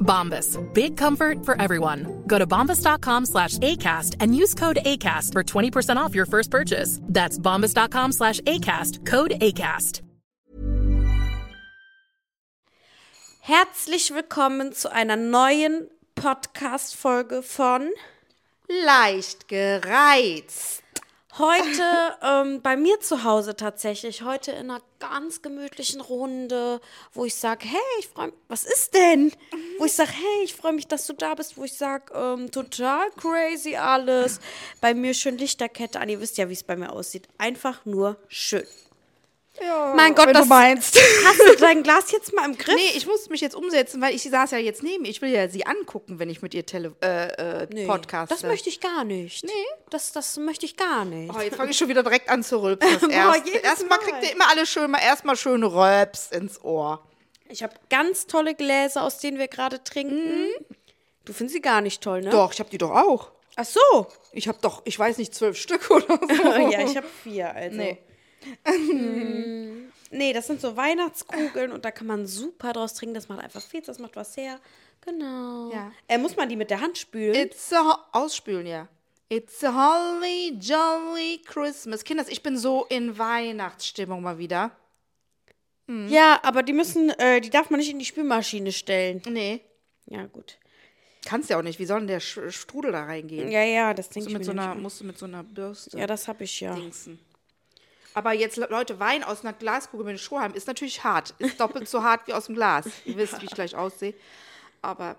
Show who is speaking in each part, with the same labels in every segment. Speaker 1: Bombas. Big comfort for everyone. Go to bombas.com slash ACAST and use code ACAST for 20% off your first purchase. That's bombas.com slash ACAST. Code ACAST.
Speaker 2: Herzlich willkommen zu einer neuen Podcast-Folge von Leicht gereizt. Heute ähm, bei mir zu Hause tatsächlich, heute in einer ganz gemütlichen Runde, wo ich sage, hey, ich freue mich, was ist denn? Wo ich sage, hey, ich freue mich, dass du da bist, wo ich sage, ähm, total crazy alles. Bei mir schön Lichterkette an, ihr wisst ja, wie es bei mir aussieht. Einfach nur schön. mein Gott,
Speaker 3: wenn
Speaker 2: das
Speaker 3: du meinst.
Speaker 2: Hast du dein Glas jetzt mal im Griff?
Speaker 3: Nee, ich muss mich jetzt umsetzen, weil ich sie saß ja jetzt neben. mir. Ich will ja sie angucken, wenn ich mit ihr Tele äh, äh,
Speaker 2: Nee,
Speaker 3: podcaste.
Speaker 2: Das möchte ich gar nicht. ne? Nee. Das, das möchte ich gar nicht.
Speaker 3: Oh, jetzt fange ich schon wieder direkt an zu rülpsen. Erst,
Speaker 2: jedes
Speaker 3: erstmal
Speaker 2: Mal.
Speaker 3: kriegt ihr immer alle schön, mal erstmal schön Röps ins Ohr.
Speaker 2: Ich habe ganz tolle Gläser, aus denen wir gerade trinken. Mhm. Du findest sie gar nicht toll, ne?
Speaker 3: Doch, ich habe die doch auch.
Speaker 2: Ach so.
Speaker 3: Ich habe doch, ich weiß nicht, zwölf Stück oder so.
Speaker 2: ja, ich habe vier, also. Nee. nee, das sind so Weihnachtskugeln und da kann man super draus trinken. Das macht einfach viel, das macht was her. Genau.
Speaker 3: Ja.
Speaker 2: Äh, muss man die mit der Hand spülen?
Speaker 3: It's a ho- ausspülen, ja. It's a holly jolly Christmas. Kinders, ich bin so in Weihnachtsstimmung mal wieder.
Speaker 2: ja, aber die müssen, äh, die darf man nicht in die Spülmaschine stellen.
Speaker 3: Nee,
Speaker 2: Ja, gut.
Speaker 3: kannst ja auch nicht. Wie soll denn der Sch Strudel da reingehen?
Speaker 2: Ja, ja, das denke
Speaker 3: Musst
Speaker 2: ich
Speaker 3: du
Speaker 2: mir
Speaker 3: mit so einer,
Speaker 2: nämlich
Speaker 3: musst du mit so einer Bürste
Speaker 2: auch. Ja, das habe ich ja.
Speaker 3: dingsen. Aber jetzt, Le- Leute, Wein aus einer Glaskugel mit Strohhalm ist natürlich hart. Ist doppelt so hart wie aus dem Glas. Ihr wisst, wie ich gleich aussehe. Aber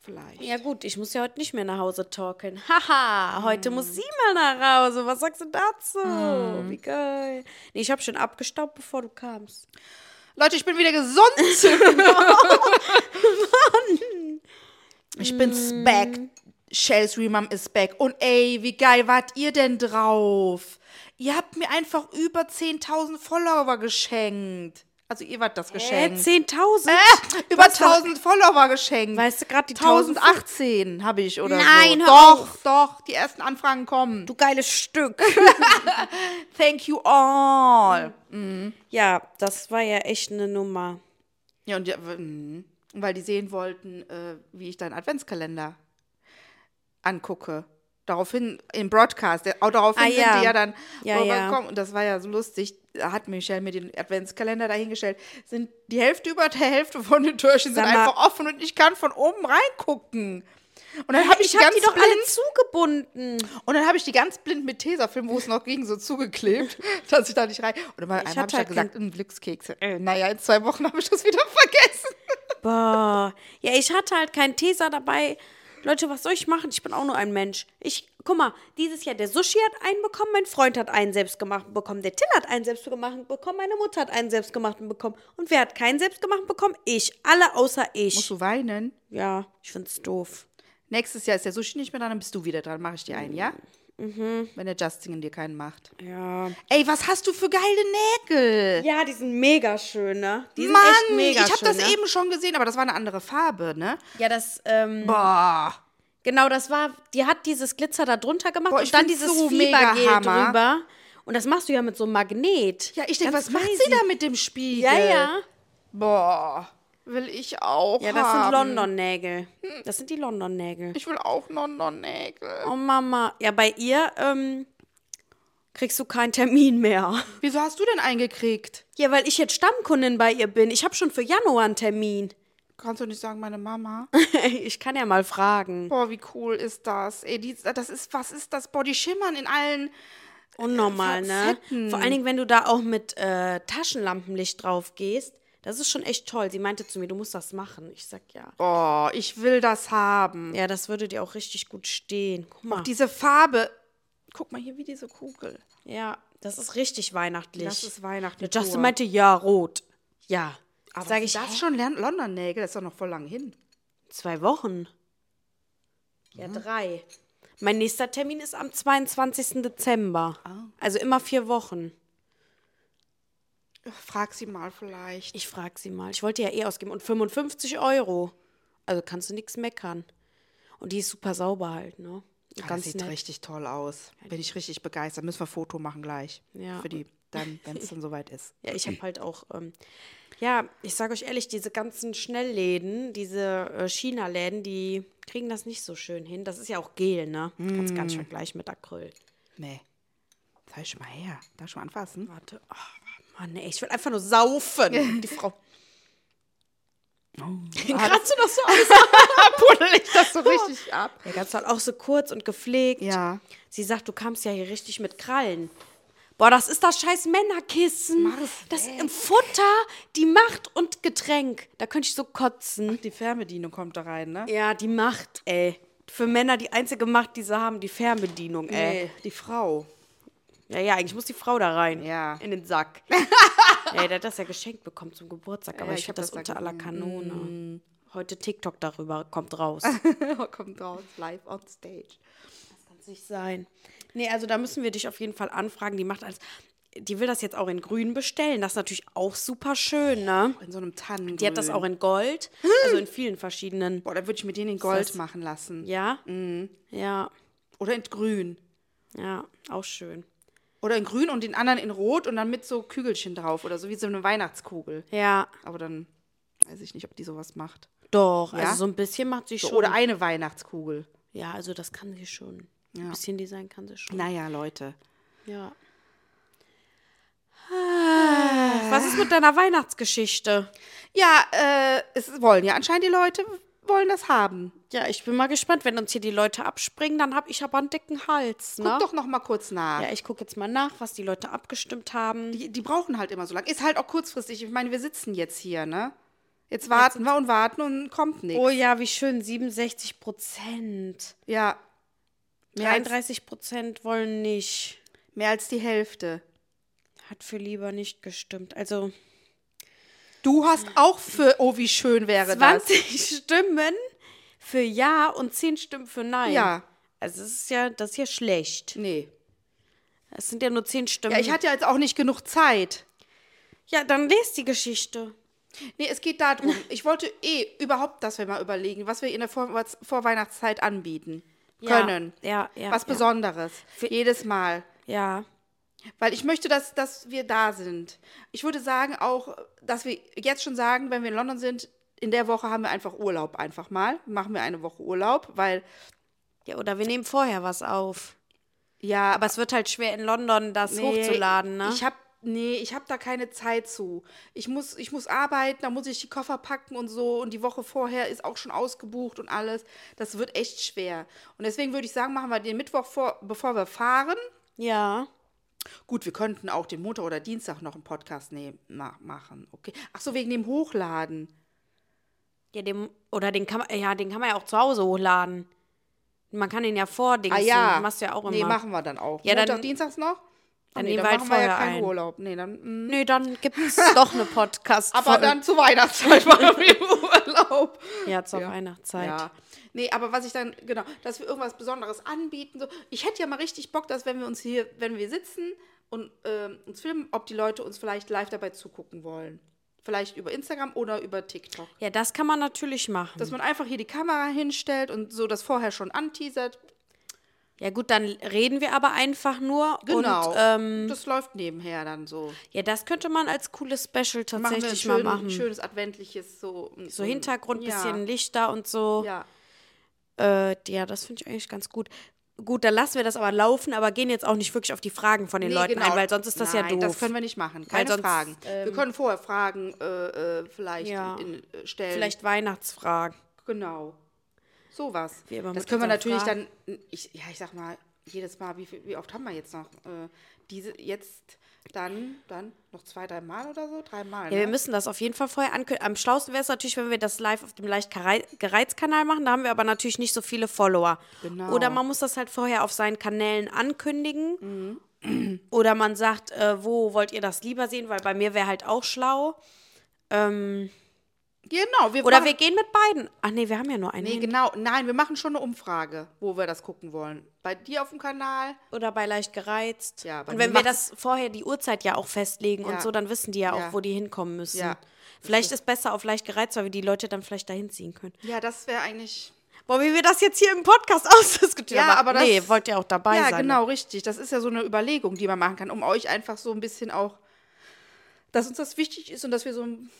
Speaker 3: vielleicht.
Speaker 2: Ja gut, ich muss ja heute nicht mehr nach Hause talken. Haha, heute
Speaker 3: Hm.
Speaker 2: muss sie mal nach Hause. Was sagst du dazu? Wie geil. Nee, ich habe schon abgestaubt, bevor du kamst.
Speaker 3: Leute, ich bin wieder gesund. Ich bin's back. Shells Remum ist back. Und ey, wie geil wart ihr denn drauf? Ihr habt mir einfach über 10.000 Follower geschenkt. Also ihr wart das
Speaker 2: Äh,
Speaker 3: geschenkt.
Speaker 2: 10.000?
Speaker 3: Ah, Äh, über
Speaker 2: Was doch-
Speaker 3: 1000 Follower geschenkt.
Speaker 2: Weißt du, grad die
Speaker 3: 1018 habe ich oder
Speaker 2: Nein, hör
Speaker 3: so. doch,
Speaker 2: auf.
Speaker 3: doch, die ersten Anfragen kommen.
Speaker 2: Du geiles Stück.
Speaker 3: Thank you all.
Speaker 2: ja, das war ja echt eine Nummer.
Speaker 3: Ja, und ja, mhm. weil die sehen wollten, äh, wie ich deinen Adventskalender angucke. Daraufhin im Broadcast, der- auch daraufhin
Speaker 2: Ah, ja.
Speaker 3: sind die ja dann
Speaker 2: Ja,
Speaker 3: oh, wann
Speaker 2: ja.
Speaker 3: kommt- und das war ja so lustig, da hat Michelle mir den Adventskalender dahingestellt, sind die Hälfte über der Hälfte von den Türchen sind
Speaker 2: Sag mal.
Speaker 3: einfach offen und ich kann von oben reingucken. Und dann habe ich,
Speaker 2: Äh, Ich habe
Speaker 3: ganz
Speaker 2: die doch
Speaker 3: blind,
Speaker 2: alle zugebunden.
Speaker 3: und dann habe ich die ganz blind mit Tesafilm, wo es noch ging, so zugeklebt, dass ich da nicht rein. Und einmal habe
Speaker 2: hatte
Speaker 3: ich ja
Speaker 2: halt
Speaker 3: gesagt, ein Glückskeks. Äh, naja, in zwei Wochen habe ich das wieder vergessen.
Speaker 2: Boah. Ja, ich hatte halt keinen Tesa dabei. Leute, was soll ich machen? Ich bin auch nur ein Mensch. Ich, guck mal, dieses Jahr der Sushi hat einen bekommen, mein Freund hat einen selbst gemacht bekommen, der Till hat einen selbst gemacht bekommen, meine Mutter hat einen selbst gemacht bekommen. Und wer hat keinen selbst gemacht bekommen? Ich. Alle außer ich.
Speaker 3: Musst du weinen?
Speaker 2: Ja, ich find's doof.
Speaker 3: Nächstes Jahr ist der Sushi nicht mehr da, dann bist du wieder dran. Mache ich dir einen, ja?
Speaker 2: Mhm.
Speaker 3: Wenn der Justin dir keinen macht.
Speaker 2: Ja.
Speaker 3: Ey, was hast du für geile Nägel?
Speaker 2: Ja, die sind mega schön, ne? Die
Speaker 3: Mann,
Speaker 2: sind echt mega
Speaker 3: ich habe
Speaker 2: schön,
Speaker 3: das
Speaker 2: ne?
Speaker 3: eben schon gesehen, aber das war eine andere Farbe, ne?
Speaker 2: Ja, das, ähm,
Speaker 3: Boah.
Speaker 2: Genau, das war, die hat dieses Glitzer da drunter gemacht
Speaker 3: Boah, ich
Speaker 2: und dann
Speaker 3: find's
Speaker 2: dieses
Speaker 3: so mega
Speaker 2: Fiebergel
Speaker 3: Hammer.
Speaker 2: drüber. Und das machst du ja mit so einem Magnet.
Speaker 3: Ja, ich denke,
Speaker 2: Ganz
Speaker 3: was macht
Speaker 2: crazy.
Speaker 3: sie da mit dem Spiegel?
Speaker 2: Ja, ja.
Speaker 3: Boah, will ich auch.
Speaker 2: Ja, das sind
Speaker 3: haben.
Speaker 2: London-Nägel. Das sind die London-Nägel.
Speaker 3: Ich will auch London-Nägel.
Speaker 2: Oh Mama. Ja, bei ihr ähm, kriegst du keinen Termin mehr.
Speaker 3: Wieso hast du denn eingekriegt?
Speaker 2: Ja, weil ich jetzt Stammkundin bei ihr bin. Ich habe schon für Januar einen Termin.
Speaker 3: Kannst du nicht sagen, meine Mama?
Speaker 2: Ich kann ja mal fragen.
Speaker 3: Boah, wie cool ist das? Ey, die, das ist, was ist das? Boah, die schimmern in allen.
Speaker 2: Unnormal, ne?
Speaker 3: Facetten.
Speaker 2: Vor allen Dingen, wenn du da auch mit äh, Taschenlampenlicht drauf gehst. Das ist schon echt toll. Sie meinte zu mir, du musst das machen. Ich sag ja.
Speaker 3: Boah, ich will das haben.
Speaker 2: Ja, das würde dir auch richtig gut stehen. Guck mal.
Speaker 3: Diese Farbe. Guck mal hier, wie diese Kugel.
Speaker 2: ja, das ist richtig weihnachtlich.
Speaker 3: Das ist Weihnachten
Speaker 2: Der Justin
Speaker 3: pur.
Speaker 2: meinte, ja, rot. Ja.
Speaker 3: Aber
Speaker 2: sag ich,
Speaker 3: das
Speaker 2: hä?
Speaker 3: schon Lern- London-Nägel? Das ist doch noch voll lang hin.
Speaker 2: Zwei Wochen. Ja, drei. Mein nächster Termin ist am 22. Dezember.
Speaker 3: Ah.
Speaker 2: Also immer vier Wochen.
Speaker 3: Frag sie mal vielleicht.
Speaker 2: Ich frage sie mal. Ich wollte ja eh ausgeben. Und 55 Euro. Also kannst du nichts meckern. Und die ist super sauber halt, ne? Und
Speaker 3: Ah,
Speaker 2: Ganz
Speaker 3: das sieht
Speaker 2: nett.
Speaker 3: richtig toll aus. Bin ich richtig begeistert. Müssen wir ein Foto machen gleich.
Speaker 2: Ja.
Speaker 3: Für die, dann, wenn es dann soweit ist.
Speaker 2: Ja, ich habe halt auch, ähm, ja, ich sage euch ehrlich, diese ganzen Schnellläden, diese äh, China-Läden, die kriegen das nicht so schön hin. Das ist ja auch Gel, ne? Kannst
Speaker 3: Hm.
Speaker 2: gar nicht vergleichen mit Acryl.
Speaker 3: Nee. Zeig schon mal her. Darf ich schon mal anfassen?
Speaker 2: Warte, oh, Mann, ey, ich will einfach nur saufen. Die Frau. Kratzt du das so aus?
Speaker 3: Oh. Puddel ich das so richtig ab?
Speaker 2: Ja, ganz halt auch so kurz und gepflegt.
Speaker 3: Ja.
Speaker 2: Sie sagt, du kamst ja hier richtig mit Krallen. Boah, das ist das scheiß Männerkissen. Das im Futter, die Macht und Getränk. Da könnte ich so kotzen.
Speaker 3: Die Fernbedienung kommt da rein, ne?
Speaker 2: Ja, die Macht, ey. Für Männer die einzige Macht, die sie haben, die Fernbedienung, ey.
Speaker 3: Nee, Äh, die Frau.
Speaker 2: Ja, ja, eigentlich muss die Frau da rein.
Speaker 3: Ja.
Speaker 2: In den Sack. ey, der hat das ja geschenkt bekommen zum Geburtstag, aber
Speaker 3: Ja,
Speaker 2: ich
Speaker 3: ich
Speaker 2: finde
Speaker 3: hab
Speaker 2: das,
Speaker 3: das da Mhm.
Speaker 2: unter aller
Speaker 3: gesehen.
Speaker 2: Kanone. Heute TikTok darüber kommt raus. Oh,
Speaker 3: kommt raus, live on stage.
Speaker 2: nicht sein. Nee, also da müssen wir dich auf jeden Fall anfragen. Die macht als. Die will das jetzt auch in Grün bestellen. Das ist natürlich auch super schön, ne?
Speaker 3: In so einem Tannengrün.
Speaker 2: Die hat das auch in Gold, also in vielen verschiedenen.
Speaker 3: Boah, dann würde ich mir den in Gold
Speaker 2: Das-
Speaker 3: machen lassen.
Speaker 2: Ja?
Speaker 3: Mhm.
Speaker 2: Ja,
Speaker 3: Oder in Grün.
Speaker 2: ja, auch schön.
Speaker 3: Oder in Grün und den anderen in Rot und dann mit so Kügelchen drauf oder so wie so eine Weihnachtskugel.
Speaker 2: Ja,
Speaker 3: Aber dann weiß ich nicht, ob die sowas macht.
Speaker 2: doch.
Speaker 3: Ja?
Speaker 2: Also so ein bisschen macht sie
Speaker 3: So,
Speaker 2: schon.
Speaker 3: oder eine Weihnachtskugel.
Speaker 2: ja, also das kann sie schon. Ein bisschen Design kann sie schon.
Speaker 3: Naja, Leute.
Speaker 2: Ja. Ah, Was ist mit deiner Weihnachtsgeschichte?
Speaker 3: Ja, äh, es wollen ja anscheinend die Leute wollen das haben.
Speaker 2: Ja, ich bin mal gespannt. Wenn uns hier die Leute abspringen, dann hab ich aber einen dicken Hals.
Speaker 3: Guck
Speaker 2: Ne?
Speaker 3: doch noch mal kurz nach.
Speaker 2: Ja, ich gucke jetzt mal nach, was die Leute abgestimmt haben.
Speaker 3: Die, die brauchen halt immer so lange. Ist halt auch kurzfristig. Ich meine, wir sitzen jetzt hier, ne? Jetzt warten wir und warten und kommt nichts.
Speaker 2: oh ja, wie schön, 67 Prozent.
Speaker 3: Ja. Mehr als,
Speaker 2: 33 Prozent wollen nicht.
Speaker 3: mehr als die Hälfte.
Speaker 2: Hat für lieber nicht gestimmt. Also
Speaker 3: Du hast auch für, oh, wie schön wäre das.
Speaker 2: 20 Stimmen für Ja und 10 Stimmen für Nein.
Speaker 3: Ja.
Speaker 2: Also es ist ja, das ist ja schlecht.
Speaker 3: Nee.
Speaker 2: Es sind ja nur 10 Stimmen.
Speaker 3: Ja, ich hatte ja jetzt auch nicht genug Zeit.
Speaker 2: ja, dann lest die Geschichte.
Speaker 3: Nee, es geht darum. Ich wollte eh überhaupt, dass wir mal überlegen, was wir in der Vor Vorweihnachtszeit anbieten
Speaker 2: Ja,
Speaker 3: können.
Speaker 2: ja, ja,
Speaker 3: Was
Speaker 2: ja.
Speaker 3: Besonderes. Jedes Mal.
Speaker 2: Ja.
Speaker 3: Weil ich möchte, dass, dass wir da sind. Ich würde sagen auch, dass wir jetzt schon sagen, wenn wir in London sind, in der Woche haben wir einfach Urlaub einfach mal. Machen wir eine Woche Urlaub, weil
Speaker 2: Ja, oder wir nehmen vorher was auf.
Speaker 3: ja,
Speaker 2: Aber es wird halt schwer in London das hochzuladen, ne?
Speaker 3: Ich hab, nee, ich habe da keine Zeit zu. Ich muss, ich muss arbeiten, da muss ich die Koffer packen und so. Und die Woche vorher ist auch schon ausgebucht und alles. Das wird echt schwer. Und deswegen würde ich sagen, machen wir den Mittwoch vor, bevor wir fahren.
Speaker 2: ja.
Speaker 3: Gut, wir könnten auch den Montag oder Dienstag noch einen Podcast nehmen, ma machen. Okay. Ach so, wegen dem Hochladen.
Speaker 2: Ja, dem, oder den kann, man- ja, den kann man ja auch zu Hause hochladen. Man kann den ja vordingsen.
Speaker 3: Ah ja.
Speaker 2: Machst du ja auch immer.
Speaker 3: Nee, machen wir dann auch.
Speaker 2: Ja, dann-
Speaker 3: Montag, Dienstags noch? Ah,
Speaker 2: dann nehmen wir halt
Speaker 3: machen wir ja
Speaker 2: vorher
Speaker 3: keinen
Speaker 2: ein.
Speaker 3: Urlaub. Nee, dann. mm.
Speaker 2: Nö, dann gibt's doch eine podcast
Speaker 3: Aber dann zur Weihnachtszeit machen wir Urlaub.
Speaker 2: Ja, zur Weihnachtszeit.
Speaker 3: Ja. Nee, aber was ich dann, genau, dass wir irgendwas Besonderes anbieten. So. Ich hätte ja mal richtig Bock, dass wenn wir uns hier, wenn wir sitzen und ähm, uns filmen, ob die Leute uns vielleicht live dabei zugucken wollen. Vielleicht über Instagram oder über TikTok.
Speaker 2: Ja, das kann man natürlich machen.
Speaker 3: Dass man einfach hier die Kamera hinstellt und so das vorher schon anteasert.
Speaker 2: Ja gut, dann reden wir aber einfach nur.
Speaker 3: Genau.
Speaker 2: Und, ähm,
Speaker 3: das läuft nebenher dann so.
Speaker 2: ja, das könnte man als cooles Special
Speaker 3: Machen wir ein
Speaker 2: tatsächlich
Speaker 3: schön,
Speaker 2: mal machen.
Speaker 3: schönes adventliches so.
Speaker 2: So Hintergrund,
Speaker 3: ja.
Speaker 2: bisschen Licht da und so.
Speaker 3: Ja.
Speaker 2: Äh, ja, das finde ich eigentlich ganz gut. Gut, dann lassen wir das aber laufen, aber gehen jetzt auch nicht wirklich auf die Fragen von den
Speaker 3: Nee,
Speaker 2: Leuten
Speaker 3: genau.
Speaker 2: ein, weil sonst ist das
Speaker 3: Nein,
Speaker 2: ja doof.
Speaker 3: Das können wir nicht machen.
Speaker 2: Weil
Speaker 3: Keine
Speaker 2: sonst, ähm,
Speaker 3: Fragen. wir können vorher Fragen äh, äh, vielleicht
Speaker 2: Ja.
Speaker 3: in, äh, stellen.
Speaker 2: Vielleicht Weihnachtsfragen.
Speaker 3: Genau. Sowas.
Speaker 2: Wie immer
Speaker 3: Das
Speaker 2: mit
Speaker 3: können wir
Speaker 2: unseren
Speaker 3: natürlich
Speaker 2: Fragen.
Speaker 3: dann, ich, ja, ich sag mal, jedes Mal, wie, viel- wie oft haben wir jetzt noch? Äh, diese, jetzt, dann, dann, noch zwei, drei Mal oder so? Drei Mal.
Speaker 2: Ja,
Speaker 3: ne?
Speaker 2: wir müssen das auf jeden Fall vorher ankündigen. Am schlausten wäre es natürlich, wenn wir das live auf dem leicht gerei- gereizt-Kanal machen. Da haben wir aber natürlich nicht so viele Follower.
Speaker 3: Genau.
Speaker 2: Oder man muss das halt vorher auf seinen Kanälen ankündigen.
Speaker 3: Mhm.
Speaker 2: Oder man sagt, äh, wo wollt ihr das lieber sehen? Weil bei mir wäre halt auch schlau. Ähm,
Speaker 3: Genau. Wir
Speaker 2: oder
Speaker 3: machen-
Speaker 2: wir gehen mit beiden. Ach nee, wir haben ja nur einen.
Speaker 3: Nee,
Speaker 2: hin.
Speaker 3: genau. Nein, wir machen schon eine Umfrage, wo wir das gucken wollen. Bei dir auf dem Kanal.
Speaker 2: Oder bei leicht gereizt.
Speaker 3: Ja, aber
Speaker 2: und wenn
Speaker 3: die
Speaker 2: wir
Speaker 3: macht-
Speaker 2: das vorher die Uhrzeit ja auch festlegen
Speaker 3: Ja.
Speaker 2: und so, dann wissen die ja,
Speaker 3: Ja.
Speaker 2: auch, wo die hinkommen müssen.
Speaker 3: Ja.
Speaker 2: Vielleicht ist besser auf leicht gereizt, weil wir die Leute dann vielleicht dahin ziehen können.
Speaker 3: Ja, das wäre eigentlich.
Speaker 2: Boah, wie wir das jetzt hier im Podcast ausdiskutieren.
Speaker 3: Ja, aber das-
Speaker 2: Nee, wollt ihr auch dabei
Speaker 3: ja,
Speaker 2: sein. ne?
Speaker 3: genau, richtig. Das ist ja so eine Überlegung, die man machen kann, um euch einfach so ein bisschen auch, dass uns das wichtig ist und dass wir so ein-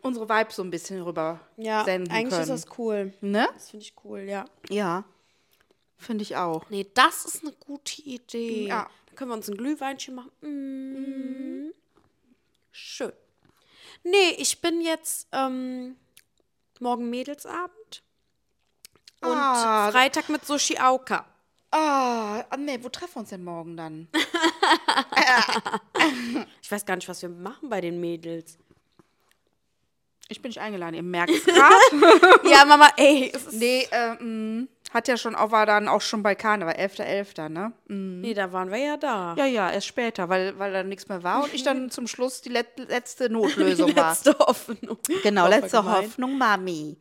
Speaker 3: unsere Vibe so ein bisschen rüber
Speaker 2: Ja,
Speaker 3: senden
Speaker 2: eigentlich
Speaker 3: können.
Speaker 2: ist das cool.
Speaker 3: ne?
Speaker 2: Das finde ich cool, ja.
Speaker 3: Ja. Finde ich auch.
Speaker 2: Nee, das ist eine gute Idee.
Speaker 3: Ja.
Speaker 2: Dann können wir uns ein Glühweinchen machen. Mm. Schön. Nee, ich bin jetzt ähm, morgen Mädelsabend und
Speaker 3: Ah.
Speaker 2: Freitag mit Sushi Aoka.
Speaker 3: Ah, ah, nee, wo treffen wir uns denn morgen dann?
Speaker 2: Ich weiß gar nicht, was wir machen bei den Mädels.
Speaker 3: Ich bin nicht eingeladen, ihr merkt es gerade.
Speaker 2: ja, Mama, ey. es ist-
Speaker 3: nee, ähm, hat ja schon, auch- war dann auch schon bei Karneval, 11.11., ne?
Speaker 2: Nee, da waren wir Mhm. ja da.
Speaker 3: Ja, ja, erst später, weil, weil dann nichts mehr war und ich dann zum Schluss die let letzte Notlösung war.
Speaker 2: letzte Hoffnung.
Speaker 3: Genau,
Speaker 2: War voll
Speaker 3: letzte
Speaker 2: gemein.
Speaker 3: Hoffnung, Mami.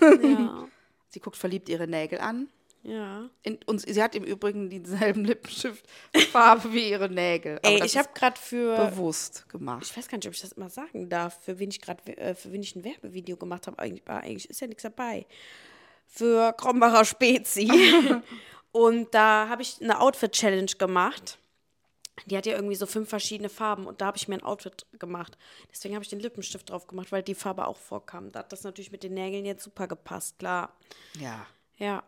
Speaker 2: Ja.
Speaker 3: Sie guckt verliebt ihre Nägel an.
Speaker 2: ja.
Speaker 3: In, und sie hat im Übrigen denselben Lippenstiftfarbe wie ihre Nägel. Aber
Speaker 2: Ey,
Speaker 3: das
Speaker 2: ich
Speaker 3: ist
Speaker 2: habe gerade für.
Speaker 3: bewusst
Speaker 2: Ich
Speaker 3: gemacht.
Speaker 2: weiß gar nicht, ob ich das immer sagen darf, für wen ich gerade, äh, für wen ich ein Werbevideo gemacht habe. Eigentlich, aber eigentlich ist ja nichts dabei. Für Krombacher Spezi. und da habe ich eine Outfit-Challenge gemacht. Die hat ja irgendwie so fünf verschiedene Farben und da habe ich mir ein Outfit gemacht. Deswegen habe ich den Lippenstift drauf gemacht, weil die Farbe auch vorkam. Da hat das natürlich mit den Nägeln jetzt super gepasst, klar.
Speaker 3: Ja.
Speaker 2: Ja.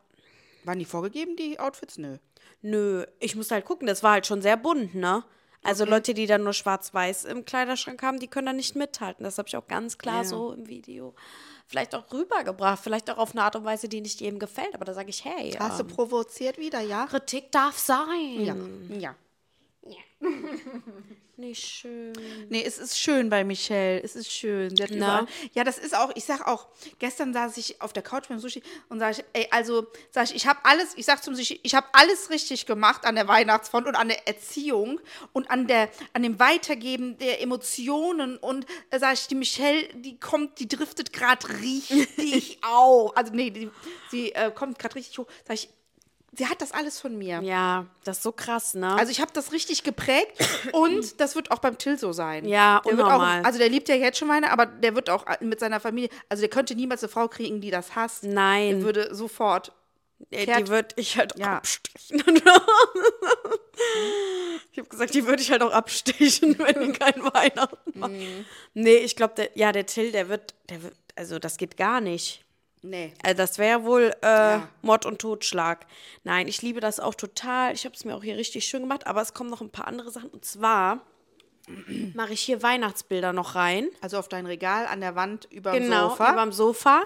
Speaker 3: Waren die vorgegeben, die Outfits? Nö.
Speaker 2: Nö, ich musste halt gucken, das war halt schon sehr bunt, ne? Also Leute, die dann nur schwarz-weiß im Kleiderschrank haben, die können da nicht mithalten. Das habe ich auch ganz klar so im Video vielleicht auch rübergebracht, vielleicht auch auf eine Art und Weise, die nicht jedem gefällt. Aber da sage ich, hey, äh,
Speaker 3: Hast du
Speaker 2: ähm,
Speaker 3: provoziert wieder, ja?
Speaker 2: Kritik darf sein.
Speaker 3: Ja. ja.
Speaker 2: Nicht schön.
Speaker 3: Nee, es ist schön bei Michelle. Es ist schön. Sie hat
Speaker 2: Mhm. Na?
Speaker 3: überall- Ja, das ist auch, ich sag auch, gestern saß ich auf der Couch mit dem Sushi und sag ich, ey, also, sag ich, ich habe alles, ich sag zum Sushi, ich habe alles richtig gemacht an der Weihnachtsfront und an der Erziehung und an der, an dem Weitergeben der Emotionen und äh, sag ich, die Michelle, die kommt, die driftet gerade richtig auf. Also, nee, die, sie äh, kommt gerade richtig hoch. Sag ich, sie hat das alles von mir.
Speaker 2: Ja, das ist so krass, ne?
Speaker 3: Also ich habe das richtig geprägt und das wird auch beim Till so sein.
Speaker 2: Ja,
Speaker 3: der wird auch,
Speaker 2: unnormal.
Speaker 3: Also der liebt ja jetzt schon meine, aber der wird auch äh, mit seiner Familie, also der könnte niemals eine Frau kriegen, die das hasst.
Speaker 2: Nein.
Speaker 3: Der würde sofort.
Speaker 2: Äh,
Speaker 3: Kehrt-
Speaker 2: die würde ich halt
Speaker 3: Ja.
Speaker 2: abstechen. ich habe gesagt, die würde ich halt auch abstechen, wenn die keinen Weihnachten machen. Nee, ich glaube, der, ja, der Till, der wird, der wird, also das geht gar nicht.
Speaker 3: Nee.
Speaker 2: Also das wäre wohl äh, Mord und Totschlag. Nein, ich liebe das auch total. Ich habe es mir auch hier richtig schön gemacht, aber es kommen noch ein paar andere Sachen. Und zwar mache ich hier Weihnachtsbilder noch rein.
Speaker 3: Also auf dein Regal an der Wand über dem
Speaker 2: Genau,
Speaker 3: Sofa.
Speaker 2: beim Sofa.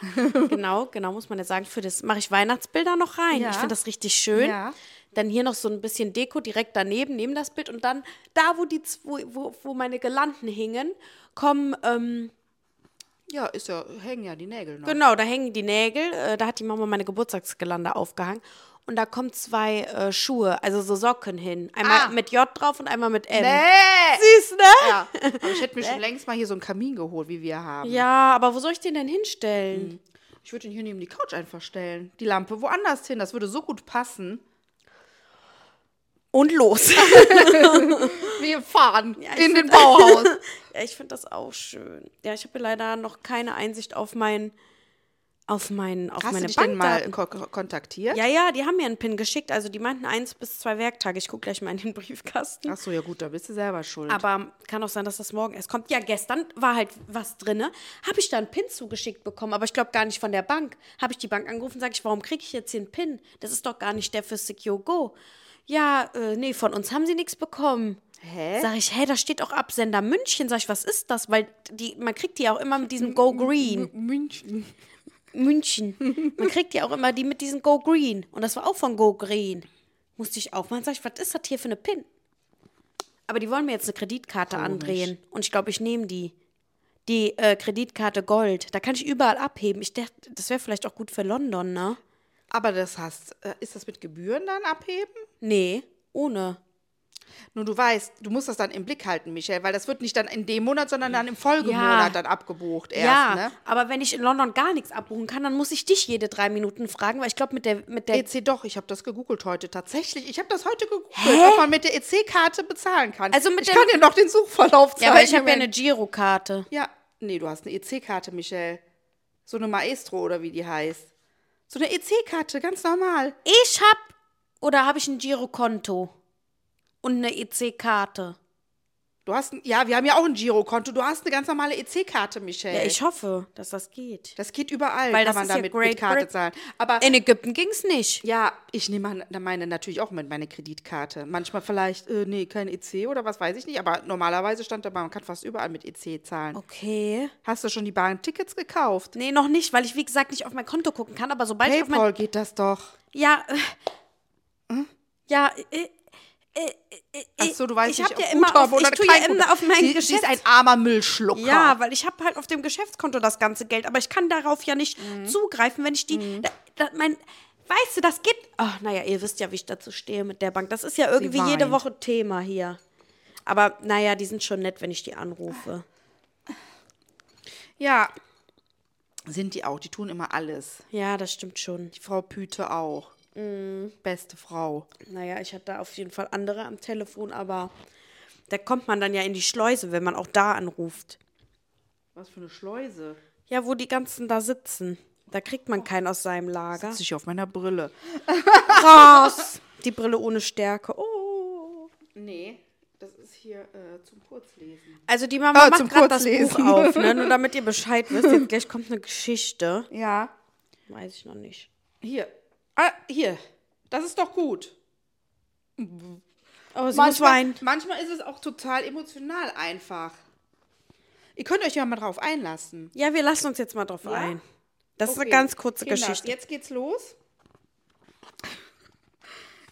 Speaker 2: genau, genau, muss man ja sagen. Für das mache ich Weihnachtsbilder noch rein.
Speaker 3: Ja.
Speaker 2: Ich finde das richtig schön.
Speaker 3: Ja.
Speaker 2: Dann hier noch so ein bisschen Deko direkt daneben, neben das Bild. Und dann da, wo, die, z- wo, wo, wo meine Girlanden hingen, kommen, ähm,
Speaker 3: ja, ist ja, hängen ja die Nägel noch.
Speaker 2: genau, da hängen die Nägel. Äh, da hat die Mama meine Geburtstagsgelande aufgehangen. Und da kommen zwei äh, Schuhe, also so Socken hin. Einmal
Speaker 3: Ah.
Speaker 2: mit J drauf und einmal mit M.
Speaker 3: Nee.
Speaker 2: Süß, ne?
Speaker 3: Ja. Aber ich hätte mir schon längst mal hier so einen Kamin geholt, wie wir haben.
Speaker 2: Ja, aber wo soll ich den denn hinstellen?
Speaker 3: Ich würde ihn hier neben die Couch einfach stellen. Die Lampe woanders hin. Das würde so gut passen.
Speaker 2: Und los.
Speaker 3: Wir fahren
Speaker 2: ich
Speaker 3: in den
Speaker 2: find-
Speaker 3: Bauhaus.
Speaker 2: Ja, ich finde das auch schön. Ja, ich habe leider noch keine Einsicht auf mein, auf, mein, auf
Speaker 3: Hast
Speaker 2: meine
Speaker 3: du dich denn mal
Speaker 2: Bankdaten.
Speaker 3: ko ko- kontaktiert?
Speaker 2: Ja, ja, die haben mir einen PIN geschickt. Also die meinten eins bis zwei Werktage. Ich gucke gleich mal in den Briefkasten.
Speaker 3: Ach so, ja gut, da bist du selber schuld.
Speaker 2: Aber kann auch sein, dass das morgen erst kommt. Ja, gestern war halt was drinne. Habe ich da einen PIN zugeschickt bekommen, aber ich glaube gar nicht von der Bank. Habe ich die Bank angerufen und sage ich, warum kriege ich jetzt hier einen PIN? Das ist doch gar nicht der für Secure Go. Ja, äh, nee, von uns haben sie nichts bekommen. Hä? Sag ich, hä, da steht auch Absender München. Sag ich, was ist das? Weil die, man kriegt die auch immer mit diesem Go Green.
Speaker 3: München.
Speaker 2: München. Man kriegt ja auch immer die mit diesem Go Green. Und das war auch von Go Green. Musste ich aufmachen. Sag ich, was ist das hier für eine PIN? Aber die wollen mir jetzt eine Kreditkarte andrehen. Und ich glaube, ich nehme die. Die äh, Kreditkarte Gold. Da kann ich überall abheben. Ich dachte, das wäre vielleicht auch gut für London, ne?
Speaker 3: Aber das hast, äh, ist das mit Gebühren dann abheben?
Speaker 2: Nee, ohne.
Speaker 3: Nur du weißt, du musst das dann im Blick halten, Michael, weil das wird nicht dann in dem Monat, sondern dann im Folgemonat
Speaker 2: Ja.
Speaker 3: dann abgebucht erst,
Speaker 2: ja,
Speaker 3: ne?
Speaker 2: aber wenn ich in London gar nichts abbuchen kann, dann muss ich dich jede drei Minuten fragen, weil ich glaube, mit der, mit der
Speaker 3: EC doch, ich habe das gegoogelt heute tatsächlich. Ich habe das heute gegoogelt, ob man mit der EC-Karte bezahlen kann.
Speaker 2: Also mit
Speaker 3: ich
Speaker 2: der-
Speaker 3: kann dir noch den Suchverlauf zeigen.
Speaker 2: Ja, aber ich habe ja
Speaker 3: Moment.
Speaker 2: eine Girokarte.
Speaker 3: Ja, nee, du hast eine EC-Karte, Michelle. So eine Maestro oder wie die heißt. So eine EC-Karte, ganz normal.
Speaker 2: Ich hab oder habe ich ein Girokonto und eine E EC-Karte?
Speaker 3: Du hast, ein- ja, wir haben ja auch ein Girokonto. Du hast eine ganz normale EC-Karte, Michelle.
Speaker 2: Ja, ich hoffe, dass das geht.
Speaker 3: das geht überall,
Speaker 2: Weil
Speaker 3: kann
Speaker 2: das
Speaker 3: man
Speaker 2: ist ja
Speaker 3: damit mit
Speaker 2: Great
Speaker 3: Karte
Speaker 2: Brit-
Speaker 3: zahlen. Aber
Speaker 2: In Ägypten ging's nicht.
Speaker 3: ja, ich nehme an- meine natürlich auch mit meine Kreditkarte. Manchmal vielleicht, äh, nee, kein EC oder was weiß ich nicht. Aber normalerweise stand dabei, man kann fast überall mit EC zahlen.
Speaker 2: Okay.
Speaker 3: Hast du schon die Bahntickets gekauft?
Speaker 2: Nee, noch nicht, weil ich wie gesagt nicht auf mein Konto gucken kann, aber sobald ich auf mein
Speaker 3: PayPal geht das doch.
Speaker 2: Ja. Äh, ja, äh,
Speaker 3: Ach so, du weißt
Speaker 2: ich hab
Speaker 3: nicht,
Speaker 2: ja
Speaker 3: ob
Speaker 2: immer
Speaker 3: Guthaben
Speaker 2: auf- ich
Speaker 3: oder
Speaker 2: tu ja
Speaker 3: kein
Speaker 2: immer
Speaker 3: Guthaben.
Speaker 2: auf mein
Speaker 3: die, Die
Speaker 2: Geschäft-
Speaker 3: ist ein armer Müllschlucker.
Speaker 2: ja, weil ich habe halt auf dem Geschäftskonto das ganze Geld, aber ich kann darauf ja nicht
Speaker 3: Mhm.
Speaker 2: zugreifen, wenn ich die da, da, mein Weißt du, das geht. Ach, naja, ihr wisst ja, wie ich dazu stehe mit der Bank. Das ist ja irgendwie jede
Speaker 3: weint.
Speaker 2: Woche Thema hier. Aber naja, die sind schon nett, wenn ich die anrufe.
Speaker 3: Ja. Sind die auch, die tun immer alles.
Speaker 2: Ja, das stimmt schon.
Speaker 3: Die Frau Püte auch.
Speaker 2: Mm.
Speaker 3: Beste Frau.
Speaker 2: Naja, ich hatte da auf jeden Fall andere am Telefon, aber da kommt man dann ja in die Schleuse, wenn man auch da anruft.
Speaker 3: Was für eine Schleuse.
Speaker 2: Ja, wo die ganzen da sitzen. Da kriegt man keinen aus seinem Lager.
Speaker 3: Sitze ich auf meiner Brille.
Speaker 2: Raus! Die Brille ohne Stärke. Oh.
Speaker 3: Nee, das ist hier äh, zum Kurzlesen.
Speaker 2: Also die Mama
Speaker 3: Ah,
Speaker 2: macht
Speaker 3: zum
Speaker 2: gerade das Buch
Speaker 3: Kurzlesen.
Speaker 2: auf, ne? Nur damit ihr Bescheid wisst. Jetzt gleich kommt eine Geschichte.
Speaker 3: Ja.
Speaker 2: Weiß ich noch nicht.
Speaker 3: Hier. Ah, hier. Das ist doch gut.
Speaker 2: Aber Oh, sie muss
Speaker 3: Manchmal,
Speaker 2: weinen.
Speaker 3: manchmal ist es auch total emotional einfach. Ihr könnt euch ja mal drauf einlassen.
Speaker 2: Ja, wir lassen uns jetzt mal drauf ein. Das ist eine
Speaker 3: Okay,
Speaker 2: ganz kurze
Speaker 3: Kinder,
Speaker 2: Geschichte.
Speaker 3: Jetzt geht's los.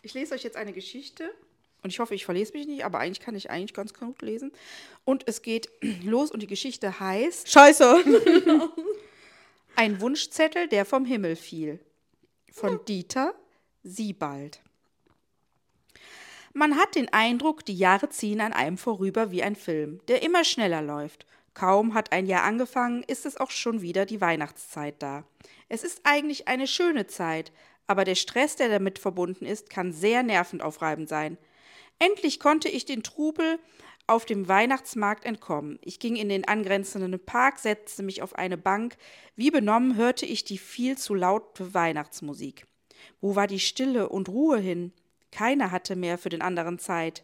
Speaker 3: Ich lese euch jetzt eine Geschichte und ich hoffe, ich verlese mich nicht, aber eigentlich kann ich eigentlich ganz gut lesen. Und es geht los und die Geschichte heißt
Speaker 2: Scheiße.
Speaker 3: Ein Wunschzettel, der vom Himmel fiel. Von Dieter Siebald. Man hat den Eindruck, die Jahre ziehen an einem vorüber wie ein Film, der immer schneller läuft. Kaum hat ein Jahr angefangen, ist es auch schon wieder die Weihnachtszeit da. Es ist eigentlich eine schöne Zeit, aber der Stress, der damit verbunden ist, kann sehr nervend aufreibend sein. Endlich konnte ich den Trubel auf dem Weihnachtsmarkt entkommen. Ich ging in den angrenzenden Park, setzte mich auf eine Bank. Wie benommen hörte ich die viel zu laute Weihnachtsmusik. Wo war die Stille und Ruhe hin? Keiner hatte mehr für den anderen Zeit.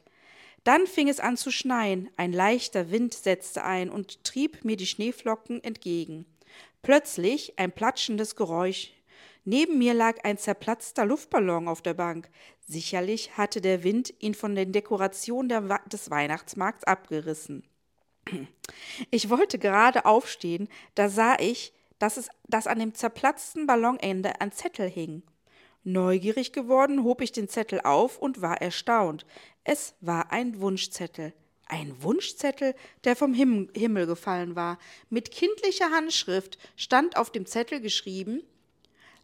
Speaker 3: Dann fing es an zu schneien, ein leichter Wind setzte ein und trieb mir die Schneeflocken entgegen. Plötzlich ein platschendes Geräusch. Neben mir lag ein zerplatzter Luftballon auf der Bank. Sicherlich hatte der Wind ihn von den Dekorationen der Wa des Weihnachtsmarkts abgerissen. Ich wollte gerade aufstehen, da sah ich, dass, es, dass an dem zerplatzten Ballonende ein Zettel hing. Neugierig geworden, hob ich den Zettel auf und war erstaunt. Es war ein Wunschzettel. Ein Wunschzettel, der vom Him Himmel gefallen war. Mit kindlicher Handschrift stand auf dem Zettel geschrieben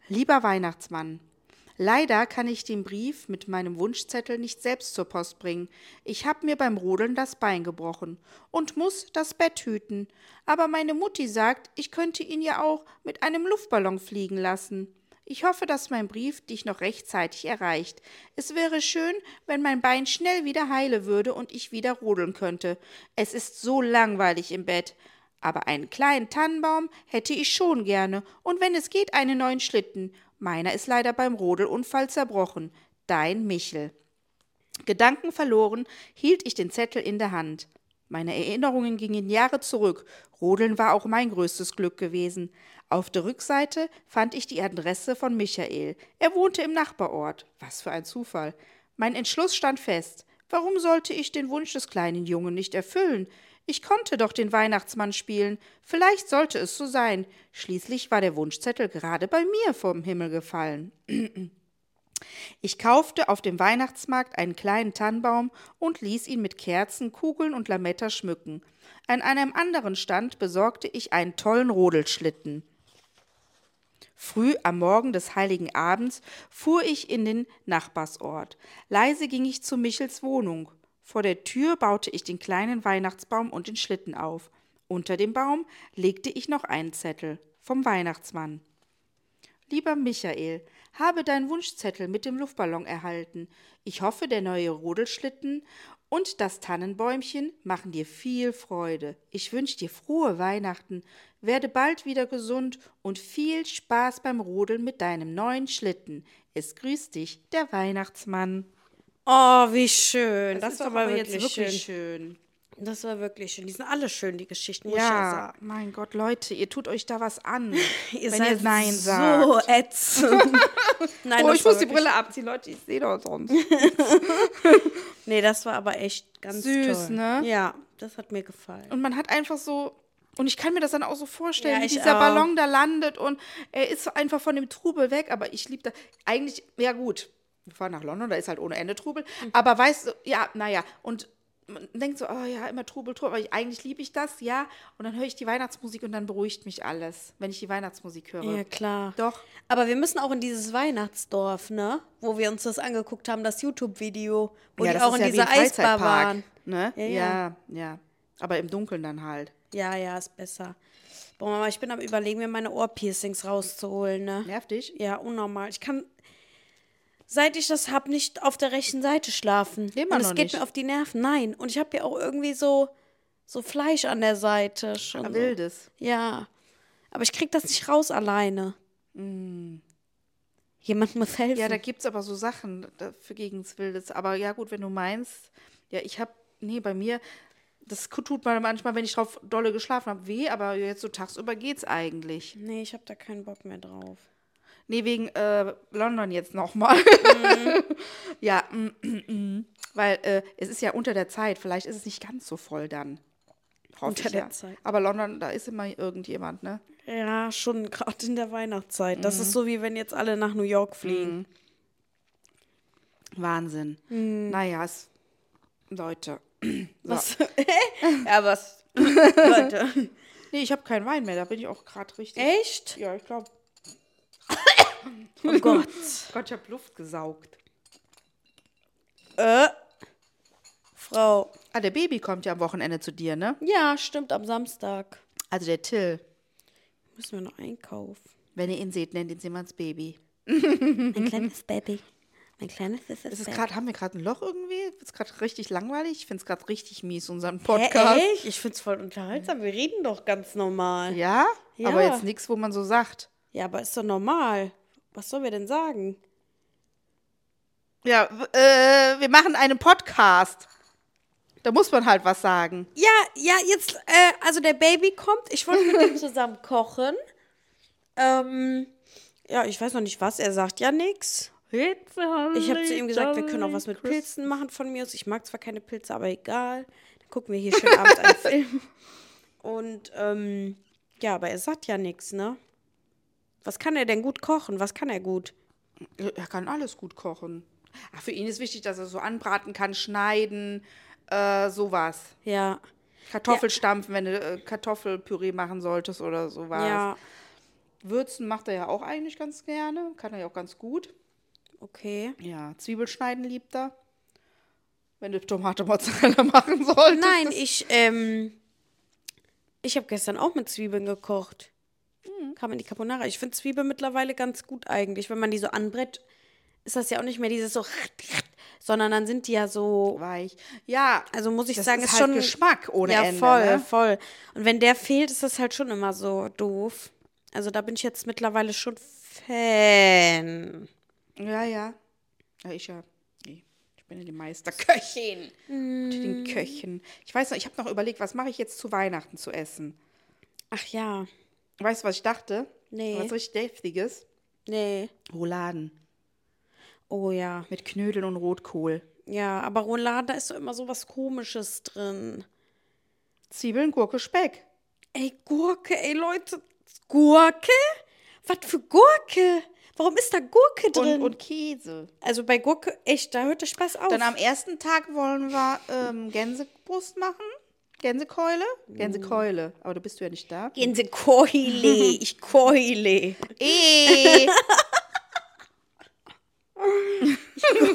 Speaker 3: Lieber Weihnachtsmann, leider kann ich den Brief mit meinem Wunschzettel nicht selbst zur Post bringen. Ich habe mir beim Rodeln das Bein gebrochen und muss das Bett hüten. Aber meine Mutti sagt, ich könnte ihn ja auch mit einem Luftballon fliegen lassen. Ich hoffe, dass mein Brief dich noch rechtzeitig erreicht. Es wäre schön, wenn mein Bein schnell wieder heile würde und ich wieder rodeln könnte. Es ist so langweilig im Bett. Aber einen kleinen Tannenbaum hätte ich schon gerne und wenn es geht, einen neuen Schlitten. Meiner ist leider beim Rodelunfall zerbrochen. Dein Michel. Gedanken verloren, hielt ich den Zettel in der Hand. Meine Erinnerungen gingen Jahre zurück. Rodeln war auch mein größtes Glück gewesen. Auf der Rückseite fand ich die Adresse von Michael. Er wohnte im Nachbarort. Was für ein Zufall. Mein Entschluss stand fest. Warum sollte ich den Wunsch des kleinen Jungen nicht erfüllen? Ich konnte doch den Weihnachtsmann spielen. Vielleicht sollte es so sein. Schließlich war der Wunschzettel gerade bei mir vom Himmel gefallen. Ich kaufte auf dem Weihnachtsmarkt einen kleinen Tannenbaum und ließ ihn mit Kerzen, Kugeln und Lametta schmücken. An einem anderen Stand besorgte ich einen tollen Rodelschlitten. Früh am Morgen des heiligen Abends fuhr ich in den Nachbarsort. Leise ging ich zu Michels Wohnung. Vor der Tür baute ich den kleinen Weihnachtsbaum und den Schlitten auf. Unter dem Baum legte ich noch einen Zettel vom Weihnachtsmann. Lieber Michael, habe deinen Wunschzettel mit dem Luftballon erhalten. Ich hoffe, der neue Rodelschlitten und das Tannenbäumchen machen dir viel Freude. Ich wünsche dir frohe Weihnachten, werde bald wieder gesund und viel Spaß beim Rodeln mit deinem neuen Schlitten. Es grüßt dich, der Weihnachtsmann.
Speaker 2: Oh, wie schön. Das,
Speaker 3: ist
Speaker 2: war
Speaker 3: doch
Speaker 2: mal
Speaker 3: aber
Speaker 2: wirklich, schön.
Speaker 3: schön.
Speaker 2: Das war wirklich schön. Die sind alle schön, die Geschichten, muss ich ja
Speaker 3: Ja,
Speaker 2: sagen.
Speaker 3: mein Gott, Leute, ihr tut euch da was an,
Speaker 2: Ihr
Speaker 3: wenn
Speaker 2: seid
Speaker 3: ihr Nein
Speaker 2: so
Speaker 3: sagt.
Speaker 2: ätzend. Nein,
Speaker 3: oh,
Speaker 2: das war
Speaker 3: ich muss die
Speaker 2: wirklich-
Speaker 3: Brille abziehen, Leute, ich sehe doch sonst.
Speaker 2: Nee, das war aber echt ganz
Speaker 3: Süß,
Speaker 2: toll.
Speaker 3: ne?
Speaker 2: Ja, das hat mir gefallen.
Speaker 3: Und man hat einfach so, und ich kann mir das dann auch so vorstellen,
Speaker 2: Ja,
Speaker 3: wie
Speaker 2: ich
Speaker 3: dieser
Speaker 2: auch.
Speaker 3: Ballon da landet und er ist so einfach von dem Trubel weg, aber ich liebe das. Eigentlich, ja gut, wir fahren nach London, da ist halt ohne Ende Trubel,
Speaker 2: Mhm.
Speaker 3: aber weißt du, ja, naja, und man denkt so, oh ja, immer Trubel, Trubel, aber ich, eigentlich liebe ich das, ja, und dann höre ich die Weihnachtsmusik und dann beruhigt mich alles, wenn ich die Weihnachtsmusik höre.
Speaker 2: Ja, klar.
Speaker 3: Doch.
Speaker 2: Aber wir müssen auch in dieses Weihnachtsdorf, ne? Wo wir uns das angeguckt haben, das YouTube-Video, wo die
Speaker 3: das
Speaker 2: auch
Speaker 3: ist
Speaker 2: in
Speaker 3: wie
Speaker 2: dieser
Speaker 3: ein
Speaker 2: Eisbar
Speaker 3: Freizeitpark,
Speaker 2: waren.
Speaker 3: Ne?
Speaker 2: Ja,
Speaker 3: Ja,
Speaker 2: ja.
Speaker 3: ja, Aber im Dunkeln dann halt.
Speaker 2: Ja, ja, ist besser. Boah, Mama, ich bin am überlegen, mir meine Ohrpiercings rauszuholen, ne?
Speaker 3: Nerv dich?
Speaker 2: Ja, unnormal. Ich kann, seit ich das hab, nicht auf der rechten Seite schlafen.
Speaker 3: Immer
Speaker 2: Und es
Speaker 3: noch
Speaker 2: geht
Speaker 3: nicht.
Speaker 2: mir auf die Nerven. Nein. Und ich habe ja auch irgendwie so, so Fleisch an der Seite schon. so.
Speaker 3: Wildes.
Speaker 2: Ja. Aber ich krieg das nicht raus alleine. Jemand muss helfen.
Speaker 3: Mm. Ja, da gibt es aber so Sachen da- für gegens Wildes. Aber ja, gut, wenn du meinst, ja, ich habe, nee, bei mir, das tut man manchmal, wenn ich drauf dolle geschlafen habe, weh, aber jetzt so tagsüber geht's eigentlich.
Speaker 2: nee, ich habe da keinen Bock mehr drauf.
Speaker 3: Nee, wegen äh, London jetzt nochmal.
Speaker 2: Mhm.
Speaker 3: ja, mm, mm, mm. weil äh, es ist ja unter der Zeit, vielleicht ist es nicht ganz so voll dann. Hoffe
Speaker 2: Unter
Speaker 3: ich
Speaker 2: der
Speaker 3: ja.
Speaker 2: Zeit.
Speaker 3: Aber London, da ist immer irgendjemand, ne?
Speaker 2: Ja, schon gerade in der Weihnachtszeit. Das
Speaker 3: Mm.
Speaker 2: ist so, wie wenn jetzt alle nach New York fliegen.
Speaker 3: Wahnsinn.
Speaker 2: Mhm.
Speaker 3: Naja, es, Leute.
Speaker 2: Was? ja, was? Leute.
Speaker 3: Nee, ich habe keinen Wein mehr, da bin ich auch gerade richtig.
Speaker 2: Echt?
Speaker 3: Ja, ich glaube.
Speaker 2: Oh Gott.
Speaker 3: Gott, ich habe Luft gesaugt.
Speaker 2: äh, Frau.
Speaker 3: Ah, der Baby kommt ja am Wochenende zu dir, ne?
Speaker 2: Ja, stimmt, am Samstag.
Speaker 3: Also der Till.
Speaker 2: Müssen wir noch einkaufen.
Speaker 3: Wenn ihr ihn seht, nennt ihn Simmons Baby.
Speaker 2: Mein kleines Baby. Mein kleines ist
Speaker 3: Ist es gerade, haben wir gerade ein Loch irgendwie? Ist gerade richtig langweilig? Ich finde es gerade richtig mies, unseren Podcast.
Speaker 2: Hä, echt? Ich find's voll unterhaltsam. Wir reden doch ganz normal. Ja, Ja.
Speaker 3: Ja? Aber jetzt nichts, wo man so sagt.
Speaker 2: aber ist doch normal. Was sollen wir denn sagen?
Speaker 3: Ja, w- äh, wir machen einen Podcast. Da muss man halt was sagen.
Speaker 2: Ja, ja, jetzt, äh, also der Baby kommt. Ich wollte mit ihm zusammen kochen. Ähm, ja, ich weiß noch nicht, was. Er sagt ja nix. Ich habe zu ihm gesagt, wir können auch was mit Pilzen machen von mir aus. Ich mag zwar keine Pilze, aber egal. Dann gucken wir hier schön abends einen Film. Und ähm, ja, aber er sagt ja nichts, ne? Was kann er denn gut kochen? Was kann er gut?
Speaker 3: Er kann alles gut kochen. Ach, für ihn ist wichtig, dass er so anbraten kann, schneiden, äh, sowas.
Speaker 2: Ja,
Speaker 3: Kartoffelstampfen, wenn du äh, Kartoffelpüree machen solltest oder sowas.
Speaker 2: ja,
Speaker 3: Würzen macht er ja auch eigentlich ganz gerne. Kann er ja auch ganz gut.
Speaker 2: okay.
Speaker 3: Ja, Zwiebelschneiden liebt er. Wenn du Tomate Mozzarella machen solltest.
Speaker 2: Nein, ich, ähm, ich habe gestern auch mit Zwiebeln
Speaker 3: Mhm.
Speaker 2: gekocht. Kam in die Carbonara. Ich finde Zwiebeln mittlerweile ganz gut eigentlich, wenn man die so anbrät. ist das ja auch nicht mehr dieses so, sondern dann sind die ja so
Speaker 3: Weich. Ja.
Speaker 2: Also muss ich
Speaker 3: das
Speaker 2: sagen,
Speaker 3: ist
Speaker 2: ist,
Speaker 3: halt
Speaker 2: schon
Speaker 3: Geschmack ohne
Speaker 2: ja,
Speaker 3: Ende,
Speaker 2: voll,
Speaker 3: ne?
Speaker 2: voll. Und wenn der fehlt, ist das halt schon immer so doof. Also da bin ich jetzt mittlerweile schon Fan.
Speaker 3: Ja, ja. ja ich ja. Nee. Ich bin ja die Meisterköchin.
Speaker 2: Mm.
Speaker 3: Unter den Köchen. Ich weiß noch, ich habe noch überlegt, was mache ich jetzt zu Weihnachten zu essen?
Speaker 2: Ach ja,
Speaker 3: Weißt du, was ich dachte?
Speaker 2: Nee.
Speaker 3: Was richtig Deftiges?
Speaker 2: nee.
Speaker 3: Rouladen.
Speaker 2: Oh ja,
Speaker 3: Mit Knödeln und Rotkohl.
Speaker 2: ja. Aber Roulade, da ist so immer so was Komisches drin.
Speaker 3: Zwiebeln, Gurke, Speck.
Speaker 2: Ey, Gurke, ey Leute, Gurke? Was für Gurke? Warum ist da Gurke
Speaker 3: Und,
Speaker 2: drin?
Speaker 3: und Käse.
Speaker 2: also bei Gurke, echt, da hört der Spaß auf.
Speaker 3: Dann am ersten Tag wollen wir ähm, Gänsebrust machen. Gänsekeule? Uh. Gänsekeule. Aber du bist ja nicht da.
Speaker 2: Gehen Sie Keule, ich keule.
Speaker 3: Ey.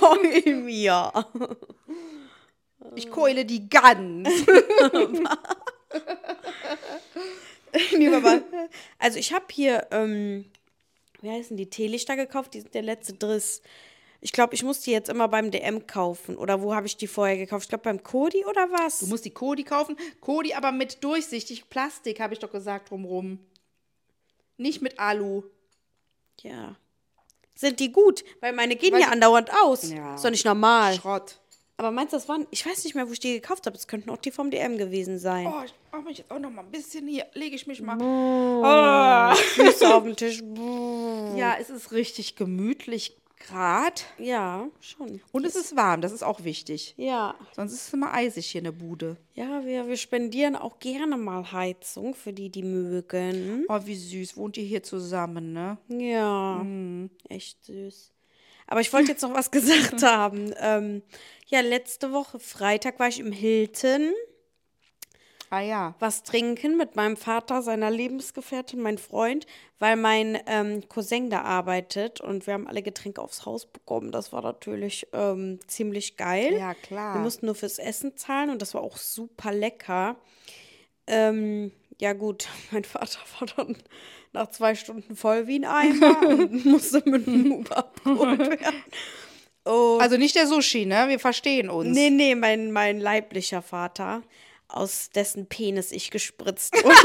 Speaker 2: Keul mir.
Speaker 3: Ich keule die Gans.
Speaker 2: Mir war mal- also ich habe hier, ähm, wie heißen die, Teelichter gekauft, die sind der letzte Driss. Ich glaube, ich muss die jetzt immer beim DM kaufen. Oder wo habe ich die vorher gekauft? Ich glaube, beim Kodi oder was?
Speaker 3: Du musst die Kodi kaufen. Kodi aber mit durchsichtig Plastik, habe ich doch gesagt, drumrum. Nicht mit Alu.
Speaker 2: ja. Sind die gut? Weil meine gehen
Speaker 3: Weil-
Speaker 2: ja andauernd aus.
Speaker 3: Ja.
Speaker 2: Ist doch nicht normal.
Speaker 3: Schrott.
Speaker 2: Aber meinst du, das waren, ich weiß nicht mehr, wo ich die gekauft habe. Es könnten auch die vom DM gewesen sein.
Speaker 3: Oh, ich mache mich jetzt auch noch mal ein bisschen hier. Lege ich mich mal.
Speaker 2: Ah. Füße auf dem Tisch. Buh.
Speaker 3: Ja, es ist richtig gemütlich gerade.
Speaker 2: Ja, schon.
Speaker 3: Und es ist warm, das ist auch wichtig.
Speaker 2: Ja.
Speaker 3: Sonst ist es immer eisig hier in der Bude.
Speaker 2: Ja, wir, wir spendieren auch gerne mal Heizung für die, die mögen.
Speaker 3: Oh, wie süß. Wohnt ihr hier zusammen, ne?
Speaker 2: Ja, echt süß. Aber ich wollte jetzt noch was gesagt haben. Ähm, ja, letzte Woche, Freitag, war ich im Hilton
Speaker 3: Ah ja.
Speaker 2: was trinken mit meinem Vater, seiner Lebensgefährtin, mein Freund, weil mein ähm, Cousin da arbeitet und wir haben alle Getränke aufs Haus bekommen. Das war natürlich ähm, ziemlich geil.
Speaker 3: Ja, klar.
Speaker 2: Wir mussten nur fürs Essen zahlen und das war auch super lecker. Ähm, ja gut, mein Vater war dann nach zwei Stunden voll wie ein Eimer und musste mit dem Uber abgeholt werden. Und
Speaker 3: Also nicht der Sushi, ne? Wir verstehen uns.
Speaker 2: Nee, nee, mein, mein leiblicher Vater, aus dessen Penis ich gespritzt wurde.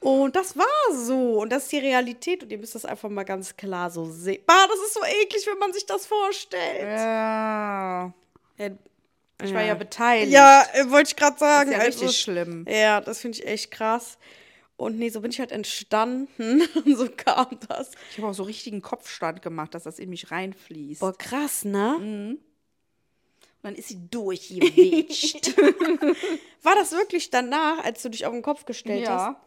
Speaker 2: Und das war so. Und das ist die Realität. Und ihr müsst das einfach mal ganz klar so sehen. Bah, das ist so eklig, wenn man sich das vorstellt.
Speaker 3: Ja. Ich war ja beteiligt.
Speaker 2: Ja, äh, wollte ich gerade sagen.
Speaker 3: Ist ja
Speaker 2: also-
Speaker 3: richtig schlimm.
Speaker 2: Ja, das finde ich echt krass. Und nee, so bin ich halt entstanden. so kam das.
Speaker 3: Ich habe auch so richtigen Kopfstand gemacht, dass das in mich reinfließt.
Speaker 2: Boah, krass, ne?
Speaker 3: Mm. Und dann ist sie durchgewischt.
Speaker 2: War das wirklich danach, als du dich auf den Kopf gestellt hast?
Speaker 3: ja.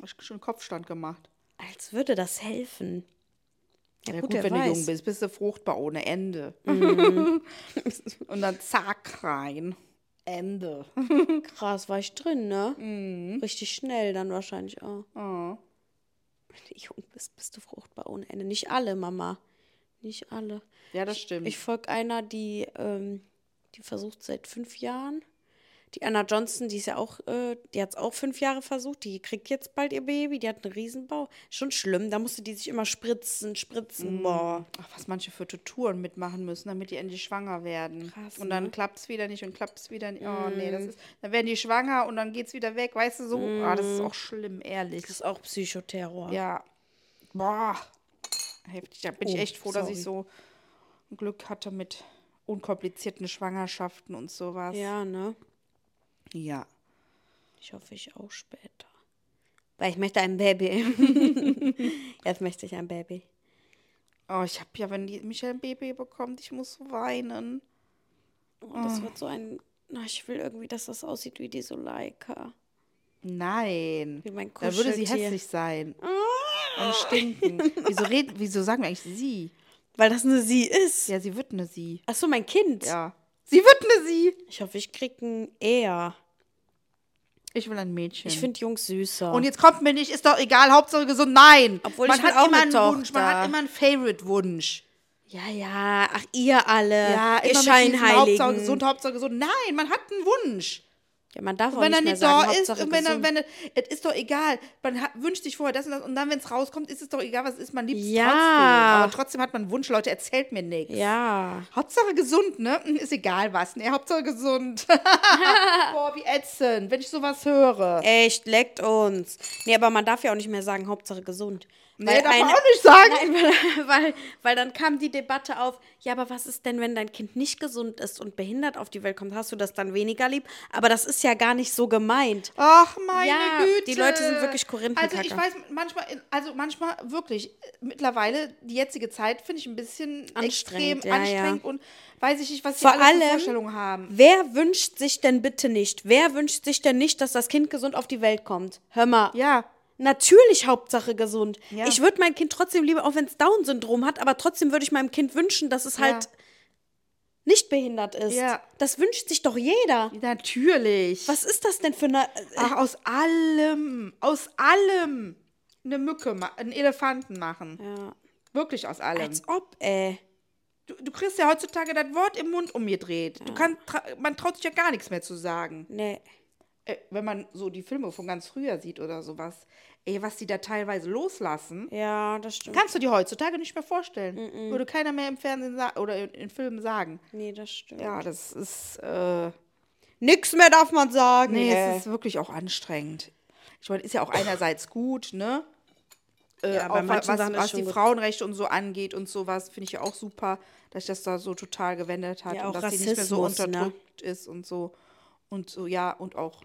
Speaker 3: Hast du schon Kopfstand gemacht?
Speaker 2: Als würde das helfen. Ja,
Speaker 3: Ja,
Speaker 2: gut,
Speaker 3: gut,
Speaker 2: wer
Speaker 3: wenn
Speaker 2: weiß. Mhm.
Speaker 3: du jung bist, bist du fruchtbar ohne Ende. Und dann zack rein. Ende.
Speaker 2: Krass, war ich drin, ne?
Speaker 3: Mm.
Speaker 2: Richtig schnell dann wahrscheinlich auch.
Speaker 3: Oh.
Speaker 2: Wenn du jung bist, bist du fruchtbar ohne Ende. Nicht alle, Mama. Nicht alle.
Speaker 3: Ja, das stimmt.
Speaker 2: Ich folge einer, die, ähm, die versucht seit fünf Jahren. Die Anna Johnson, die ist ja auch, äh, die hat es auch fünf Jahre versucht. Die kriegt jetzt bald ihr Baby. Die hat einen Riesenbau. Schon schlimm. Da musste die sich immer spritzen,
Speaker 3: Mm.
Speaker 2: spritzen. Boah.
Speaker 3: Ach, was manche für Touren mitmachen müssen, damit die endlich schwanger werden.
Speaker 2: Krass,
Speaker 3: und dann
Speaker 2: ne? Mhm.
Speaker 3: klappt es wieder nicht und klappt es wieder nicht. Oh nee, das ist. Dann werden die schwanger und dann geht's wieder weg, weißt du so? Ah, das
Speaker 2: Mhm.
Speaker 3: ist auch schlimm, ehrlich.
Speaker 2: Das ist auch Psychoterror.
Speaker 3: Ja. Boah. Heftig. Da bin ich
Speaker 2: Oh,
Speaker 3: echt froh, dass ich so Glück hatte mit unkomplizierten Schwangerschaften und sowas.
Speaker 2: Ja, ne?
Speaker 3: Ja.
Speaker 2: Ich hoffe, ich auch später. Weil ich möchte ein Baby. Jetzt möchte ich ein Baby.
Speaker 3: Oh, ich habe ja, wenn die Michelle ein Baby bekommt, ich muss weinen.
Speaker 2: Und Oh,
Speaker 3: Ah.
Speaker 2: das wird so ein. Na, ich will irgendwie, dass das aussieht wie die Suleika.
Speaker 3: Nein.
Speaker 2: Wie mein
Speaker 3: Dann würde sie
Speaker 2: Kuscheltier. Oh.
Speaker 3: hässlich sein. Und stinken. Wieso, reden, wieso sagen wir eigentlich sie?
Speaker 2: Weil das eine sie ist.
Speaker 3: Ja, sie wird eine sie.
Speaker 2: Ach so, mein Kind.
Speaker 3: Ja. Sie wird eine sie.
Speaker 2: Ich hoffe, ich krieg ein Er.
Speaker 3: Ich will ein Mädchen.
Speaker 2: Ich finde Jungs süßer.
Speaker 3: und jetzt kommt mir nicht, ist doch egal, Hauptsache gesund. Nein.
Speaker 2: Obwohl,
Speaker 3: man
Speaker 2: ich will
Speaker 3: hat
Speaker 2: auch
Speaker 3: immer
Speaker 2: eine
Speaker 3: einen Wunsch, man
Speaker 2: Tochter.
Speaker 3: hat immer einen Favorite-Wunsch.
Speaker 2: ja, ja. Ach, ihr alle.
Speaker 3: Ja,
Speaker 2: ihr
Speaker 3: immer mit diesem Hauptsache
Speaker 2: Scheinheiligen.
Speaker 3: gesund, Hauptsache gesund. Nein, man hat einen Wunsch.
Speaker 2: Ja, man darf auch
Speaker 3: Und wenn
Speaker 2: nicht
Speaker 3: er
Speaker 2: mehr
Speaker 3: nicht
Speaker 2: sagen,
Speaker 3: da ist,
Speaker 2: Hauptsache
Speaker 3: und wenn er,
Speaker 2: gesund.
Speaker 3: wenn er, es ist doch egal. Man hat, wünscht sich vorher das und das und dann, wenn es rauskommt, ist es doch egal, was es ist. Man liebt es
Speaker 2: Ja.
Speaker 3: trotzdem. Aber trotzdem hat man einen Wunsch, Leute, erzählt mir nichts.
Speaker 2: Ja.
Speaker 3: Hauptsache gesund, ne? Ist egal was. Ne, Hauptsache gesund. Boah, wie ätzend, wenn ich sowas höre.
Speaker 2: Echt, leckt uns. Nee, aber man darf ja auch nicht mehr sagen, Hauptsache gesund. Weil
Speaker 3: darf man
Speaker 2: eine-
Speaker 3: auch nicht sagen.
Speaker 2: Nein, weil, weil, weil dann kam die Debatte auf, ja, aber was ist denn, wenn dein Kind nicht gesund ist und behindert auf die Welt kommt? Hast du das dann weniger lieb? Aber das ist ja gar nicht so gemeint.
Speaker 3: Ach meine
Speaker 2: Ja,
Speaker 3: Güte.
Speaker 2: die Leute sind wirklich Korinthenkacke.
Speaker 3: Also ich weiß manchmal, also manchmal wirklich, äh, mittlerweile die jetzige Zeit finde ich ein bisschen
Speaker 2: Anstrengend,
Speaker 3: extrem
Speaker 2: ja,
Speaker 3: anstrengend und weiß ich nicht, was die
Speaker 2: Vor
Speaker 3: alle für
Speaker 2: allem-
Speaker 3: Vorstellungen haben.
Speaker 2: Wer wünscht sich denn bitte nicht? Wer wünscht sich denn nicht, dass das Kind gesund auf die Welt kommt? Hör mal.
Speaker 3: Ja.
Speaker 2: Natürlich Hauptsache gesund.
Speaker 3: Ja.
Speaker 2: Ich würde mein Kind trotzdem lieber, auch wenn es Down-Syndrom hat, aber trotzdem würde ich meinem Kind wünschen, dass es
Speaker 3: Ja.
Speaker 2: halt nicht behindert ist.
Speaker 3: Ja.
Speaker 2: Das wünscht sich doch jeder.
Speaker 3: Natürlich.
Speaker 2: Was ist das denn für eine. äh,
Speaker 3: Ach, aus allem, aus allem eine Mücke, ma- einen Elefanten machen.
Speaker 2: Ja.
Speaker 3: Wirklich aus allem.
Speaker 2: äh, Als ob, ey.
Speaker 3: Du, du kriegst ja heutzutage das Wort im Mund umgedreht. Du kannst, tra- man traut sich ja gar nichts mehr zu sagen.
Speaker 2: Nee.
Speaker 3: Äh, wenn man so die Filme von ganz früher sieht oder sowas. Ey, was die da teilweise loslassen.
Speaker 2: Ja, das stimmt.
Speaker 3: Kannst du dir heutzutage nicht mehr vorstellen. Würde keiner mehr im Fernsehen sa- oder in, in Filmen sagen.
Speaker 2: Nee, das stimmt.
Speaker 3: Ja, das ist. Äh,
Speaker 2: Nix mehr darf man sagen.
Speaker 3: nee,
Speaker 2: ey.
Speaker 3: es ist wirklich auch anstrengend. Äh. Ich meine, ist ja auch einerseits gut, ne? Äh,
Speaker 2: Ja, bei
Speaker 3: auch was,
Speaker 2: manchen
Speaker 3: was,
Speaker 2: Sachen ist
Speaker 3: was
Speaker 2: schon
Speaker 3: die
Speaker 2: gut.
Speaker 3: Frauenrechte und so angeht und sowas, finde ich ja auch super, dass sich das da so total gewendet hat
Speaker 2: Ja,
Speaker 3: und
Speaker 2: auch
Speaker 3: dass sie nicht mehr so
Speaker 2: Rassismus, ne?
Speaker 3: unterdrückt ist und so. Und so, ja, und auch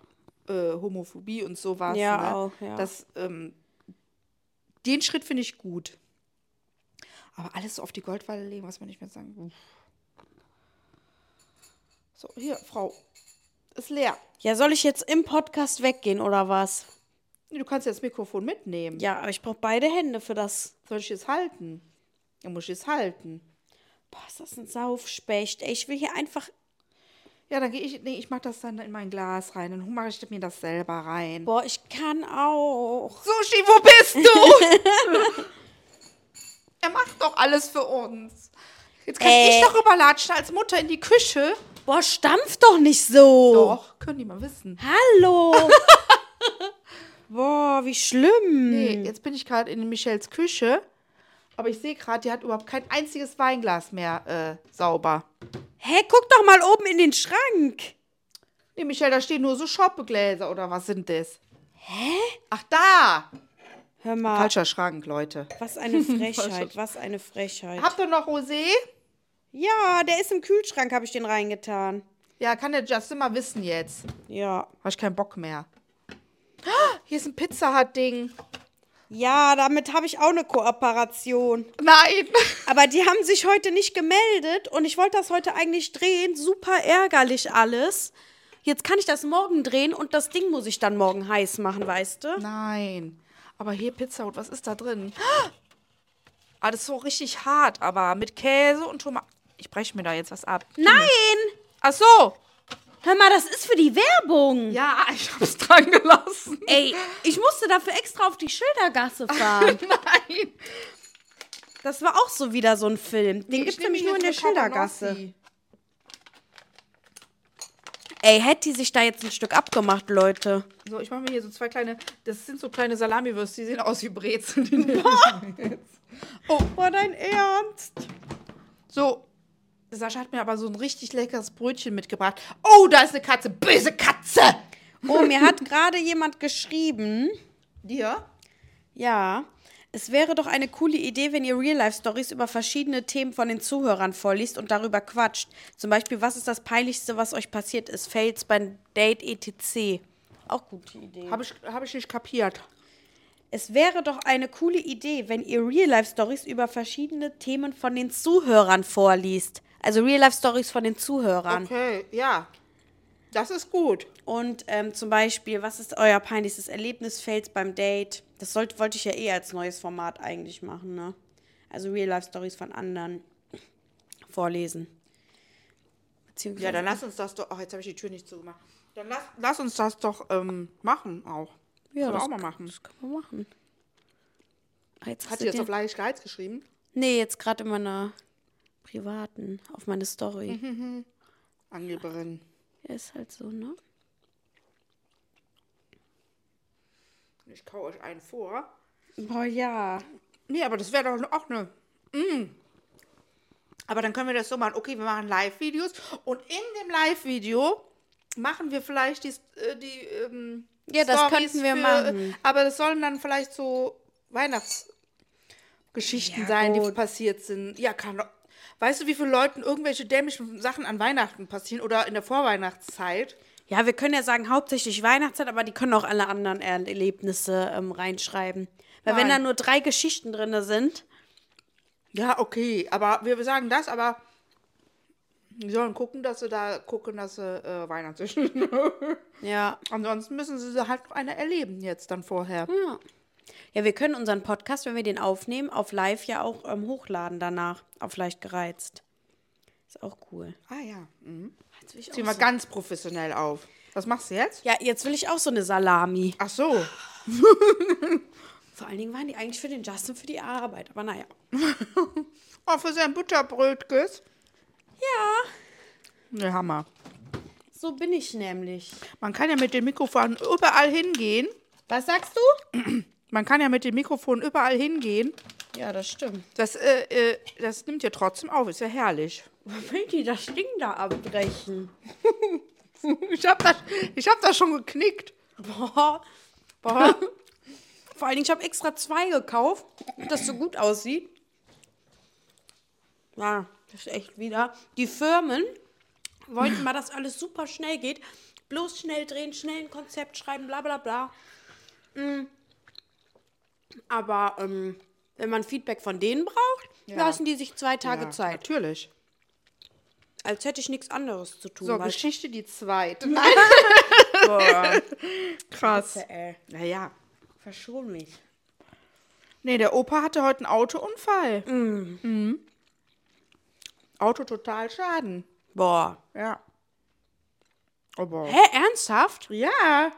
Speaker 3: äh, Homophobie und sowas.
Speaker 2: Ja,
Speaker 3: ne?
Speaker 2: auch, ja.
Speaker 3: Das, ähm, den Schritt finde ich gut. Aber alles so auf die Goldwaage legen, was man nicht mehr sagen. Uff. So, hier, Frau. Ist leer.
Speaker 2: Ja, soll ich jetzt im Podcast weggehen oder was?
Speaker 3: Du kannst ja das Mikrofon mitnehmen.
Speaker 2: Ja, aber ich brauche beide Hände für das.
Speaker 3: Soll ich es halten? Ja, muss ich es halten.
Speaker 2: Boah, ist das ein Saufspecht. Ey, ich will hier einfach.
Speaker 3: Ja, dann gehe ich. Nee, ich mache das dann in mein Glas rein. Dann mache ich mir das selber rein.
Speaker 2: Boah, ich kann auch.
Speaker 3: Sushi, wo bist du? er macht doch alles für uns. Jetzt kann
Speaker 2: Äh.
Speaker 3: ich doch überlatschen als Mutter in die Küche.
Speaker 2: Boah, stampf doch nicht so.
Speaker 3: Doch, können die mal wissen.
Speaker 2: Hallo. Boah, wie schlimm.
Speaker 3: Nee, jetzt bin ich gerade in Michelles Küche. Aber ich sehe gerade, die hat überhaupt kein einziges Weinglas mehr äh, sauber.
Speaker 2: Hä, guck doch mal oben in den Schrank.
Speaker 3: Nee, Michelle, da stehen nur so Schoppegläser oder was sind das? Hä? Ach, da!
Speaker 2: Hör mal,
Speaker 3: Falscher Schrank, Leute.
Speaker 2: was eine Frechheit, was eine Frechheit.
Speaker 3: Habt ihr noch Rosé?
Speaker 2: ja, der ist im Kühlschrank, habe ich den reingetan.
Speaker 3: Ja, kann der Justin mal wissen jetzt.
Speaker 2: Ja.
Speaker 3: Habe ich keinen Bock mehr. Ah, Hier ist ein Pizza Hut-Ding.
Speaker 2: Ja, damit habe ich auch eine Kooperation.
Speaker 3: Nein.
Speaker 2: Aber die haben sich heute nicht gemeldet und ich wollte das heute eigentlich drehen. Super ärgerlich alles. Jetzt kann ich das morgen drehen und das Ding muss ich dann morgen heiß machen, weißt du?
Speaker 3: Nein. Aber hier Pizza Hut, was ist da drin? Ah, Ah, das ist so richtig hart, aber mit Käse und Tomaten. Ich breche mir da jetzt was ab.
Speaker 2: Nein!
Speaker 3: Ach so.
Speaker 2: Hör mal, das ist für die Werbung.
Speaker 3: Ja, ich hab's dran gelassen.
Speaker 2: Ey, ich musste dafür extra auf die Schildergasse fahren.
Speaker 3: Nein.
Speaker 2: Das war auch so wieder so ein Film. Den
Speaker 3: Ich
Speaker 2: gibt's
Speaker 3: nehm
Speaker 2: nämlich
Speaker 3: hier
Speaker 2: nur in der
Speaker 3: jetzt eine
Speaker 2: Schildergasse.
Speaker 3: Cavanossi.
Speaker 2: Ey, hätte die sich da jetzt ein Stück abgemacht, Leute.
Speaker 3: So, ich mache mir hier so zwei kleine, das sind so kleine Salamiwürste, die sehen aus wie Brezeln. Die nehm ich jetzt. oh, war dein Ernst? So, Sascha hat mir aber so ein richtig leckeres Brötchen mitgebracht. Oh, da ist eine Katze, böse Katze!
Speaker 2: Oh, mir hat gerade jemand geschrieben.
Speaker 3: Dir?
Speaker 2: Ja. Es wäre doch eine coole Idee, wenn ihr Real-Life-Stories über verschiedene Themen von den Zuhörern vorliest und darüber quatscht. Zum Beispiel, was ist das Peinlichste, was euch passiert ist? Fails beim Date etc. Auch gute Idee.
Speaker 3: Habe ich, hab ich nicht kapiert.
Speaker 2: Es wäre doch eine coole Idee, wenn ihr Real-Life-Stories über verschiedene Themen von den Zuhörern vorliest. Also Real-Life-Stories von den Zuhörern.
Speaker 3: Okay, ja. Das ist gut.
Speaker 2: Und ähm, zum Beispiel, was ist euer peinlichstes Erlebnis? Fails beim Date? Das sollte, wollte ich ja eh als neues Format eigentlich machen, ne? Also Real-Life-Stories von anderen vorlesen. Beziehungsweise.
Speaker 3: Ja, dann lass uns das doch. Ach, jetzt habe ich die Tür nicht zugemacht. Dann lass, lass uns das doch ähm, machen auch.
Speaker 2: Ja,
Speaker 3: Sollen wir
Speaker 2: das
Speaker 3: auch mal machen.
Speaker 2: Das kann man machen. Ah, Jetzt
Speaker 3: Hat
Speaker 2: hast
Speaker 3: sie
Speaker 2: du
Speaker 3: jetzt
Speaker 2: den-
Speaker 3: auf leicht Geiz geschrieben?
Speaker 2: Nee, jetzt gerade in meiner
Speaker 3: Mhm.
Speaker 2: privaten, auf meine Story.
Speaker 3: Angeberin.
Speaker 2: Ja, Ist halt so, ne?
Speaker 3: Ich kau euch einen vor.
Speaker 2: Oh ja.
Speaker 3: Nee, aber das wäre doch auch eine. Mm. Aber dann können wir das so machen. Okay, wir machen Live-Videos und in dem Live-Video machen wir vielleicht die. äh, die ähm,
Speaker 2: Ja, das
Speaker 3: Stories
Speaker 2: könnten wir machen.
Speaker 3: Aber das sollen dann vielleicht so Weihnachtsgeschichten sein, die passiert sind. Ja, kann doch. Weißt du, wie viele Leuten irgendwelche dämlichen Sachen an Weihnachten passieren oder in der Vorweihnachtszeit?
Speaker 2: Ja, wir können ja sagen, hauptsächlich Weihnachtszeit, aber die können auch alle anderen Erlebnisse ähm, reinschreiben. Weil wenn da nur drei Geschichten drin sind,
Speaker 3: Ja, okay, aber wir sagen das, aber die sollen gucken, dass sie da gucken, dass sie äh, Weihnachten.
Speaker 2: ja.
Speaker 3: Ansonsten müssen sie sie halt noch eine erleben jetzt dann vorher.
Speaker 2: Ja, wir können unseren Podcast, wenn wir den aufnehmen, auf live ja auch ähm, hochladen danach, auf leicht gereizt. Ist auch cool.
Speaker 3: Ah ja. Mhm. Zieh mal ganz professionell auf. Was machst du jetzt?
Speaker 2: Ja, jetzt will ich auch so eine Salami.
Speaker 3: Ach so.
Speaker 2: Vor allen Dingen waren die eigentlich für den Justin für die Arbeit, aber naja.
Speaker 3: Oh, für sein Butterbrötges. Ja. Der Hammer.
Speaker 2: So bin ich nämlich.
Speaker 3: Man kann ja mit dem Mikrofon überall hingehen.
Speaker 2: Was sagst du?
Speaker 3: Man kann ja mit dem Mikrofon überall hingehen.
Speaker 2: Ja, das stimmt.
Speaker 3: Das, äh, äh, das nimmt ja trotzdem auf. Ist ja herrlich.
Speaker 2: Will die das Ding da abbrechen?
Speaker 3: Ich hab das, ich hab das schon geknickt.
Speaker 2: Boah. Boah. Vor allen Dingen, ich habe extra zwei gekauft, das so gut aussieht. Ja, das ist echt wieder. Die Firmen wollten mal, dass alles super schnell geht. Bloß schnell drehen, schnell ein Konzept schreiben, bla bla bla. Mm. Aber ähm, wenn man Feedback von denen braucht, lassen die sich zwei Tage Zeit.
Speaker 3: Natürlich.
Speaker 2: Als hätte ich nichts anderes zu tun.
Speaker 3: So,
Speaker 2: weil-
Speaker 3: Geschichte die zweite. Krass.
Speaker 2: ey,
Speaker 3: Naja.
Speaker 2: verschon mich.
Speaker 3: Nee, der Opa hatte heute einen Autounfall. Mhm.
Speaker 2: Mm.
Speaker 3: Auto total Schaden.
Speaker 2: Boah.
Speaker 3: Ja. Oh, Aber.
Speaker 2: Hä, ernsthaft?
Speaker 3: Ja.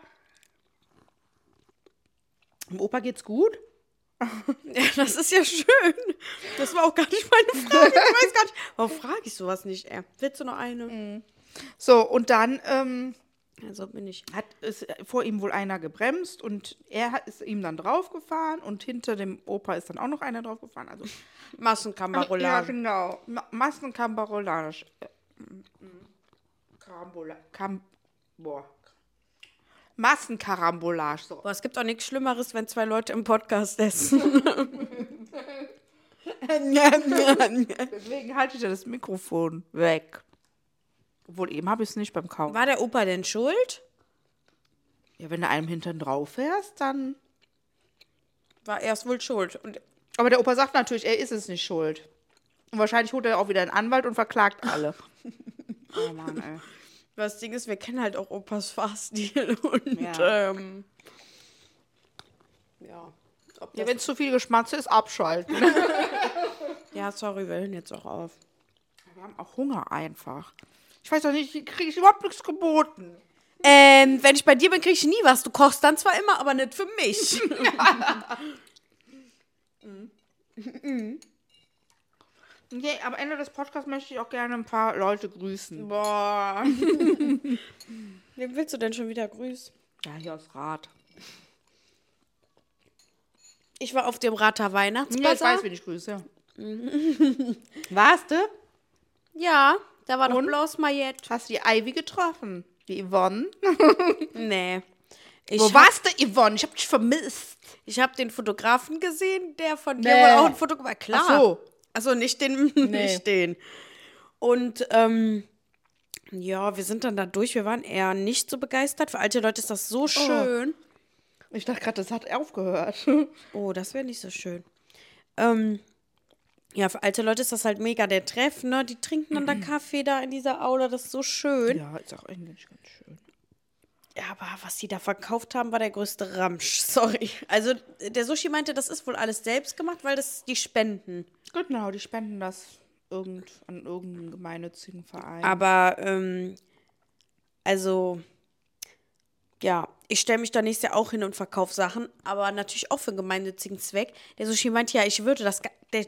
Speaker 3: Dem Opa geht's gut?
Speaker 2: Ja, das ist ja schön. Das war auch gar nicht meine Frage. Ich weiß gar nicht. Warum frage ich sowas nicht? Ey? Willst du noch eine?
Speaker 3: Mhm. So, und dann ähm,
Speaker 2: Also bin ich.
Speaker 3: hat ist vor ihm wohl einer gebremst und er hat, ist ihm dann draufgefahren und hinter dem Opa ist dann auch noch einer draufgefahren. Also, ja,
Speaker 2: Massenkammerroulade.
Speaker 3: genau. Ma- Massenkarambolage. Äh, mm, Karambola. Kam boah. Massenkarambolage. So.
Speaker 2: Boah, es gibt auch nichts Schlimmeres, wenn zwei Leute im Podcast essen.
Speaker 3: Deswegen halte ich ja das Mikrofon weg. Obwohl, eben habe ich es nicht beim Kauen.
Speaker 2: War der Opa denn schuld?
Speaker 3: Ja, wenn du einem hintern drauf fährst, dann.
Speaker 2: War er es wohl schuld. Und
Speaker 3: Aber der Opa sagt natürlich, er ist es nicht schuld. Und wahrscheinlich holt er auch wieder einen Anwalt und verklagt alle. oh Mann, ey.
Speaker 2: das Ding ist, wir kennen halt auch Opas Fahrstil. Und
Speaker 3: Ja.
Speaker 2: ja. ähm. Ja. Ob
Speaker 3: Ja,
Speaker 2: das,
Speaker 3: wenn es zu viel Geschmatze ist, abschalten. wir
Speaker 2: ja, sorry, wir hören jetzt auch auf.
Speaker 3: haben auch Hunger einfach. Ich weiß doch nicht, kriege ich überhaupt nichts geboten.
Speaker 2: Ähm, wenn ich bei dir bin, kriege ich nie was. Du kochst dann zwar immer, aber nicht für mich.
Speaker 3: Nee, am Ende des Podcasts möchte ich auch gerne ein paar Leute grüßen.
Speaker 2: Boah. Wem willst du denn schon wieder grüßen?
Speaker 3: Ja, hier aus Rad.
Speaker 2: Ich war auf dem Rater
Speaker 3: Ja, ich
Speaker 2: Weihnachtsbazar.
Speaker 3: weiß, wen ich grüße. Warst du?
Speaker 2: Ja, da war doch bloß Mayette.
Speaker 3: Hast du die Ivy getroffen? Die Yvonne?
Speaker 2: Nee. Ich
Speaker 3: Wo
Speaker 2: hab,
Speaker 3: warst du, Yvonne? Ich hab dich vermisst.
Speaker 2: Ich habe den Fotografen gesehen, der von
Speaker 3: Nee.
Speaker 2: dir wohl auch ein Foto gemacht. Klar.
Speaker 3: Ach so.
Speaker 2: Also nicht den, nicht den. Und ähm, ja, wir sind dann da durch. Wir waren eher nicht so begeistert. Für alte Leute ist das so
Speaker 3: Oh.
Speaker 2: schön.
Speaker 3: Ich dachte gerade, das hat aufgehört.
Speaker 2: Oh, das wäre nicht so schön. Ähm, ja, für alte Leute ist das halt mega der Treff, ne? Die trinken dann da Kaffee da in dieser Aula, das ist so schön.
Speaker 3: Ja, ist auch eigentlich ganz schön.
Speaker 2: Ja, aber was die da verkauft haben, war der größte Ramsch. Sorry. Also, der Sushi meinte, das ist wohl alles selbst gemacht, weil das die spenden.
Speaker 3: Genau, die spenden das irgend, an irgendeinen gemeinnützigen Verein.
Speaker 2: Aber, ähm, also, ja, ich stelle mich da nächstes Jahr auch hin und verkaufe Sachen, aber natürlich auch für einen gemeinnützigen Zweck. Der Sushi meinte ja, ich würde das. ga- Der,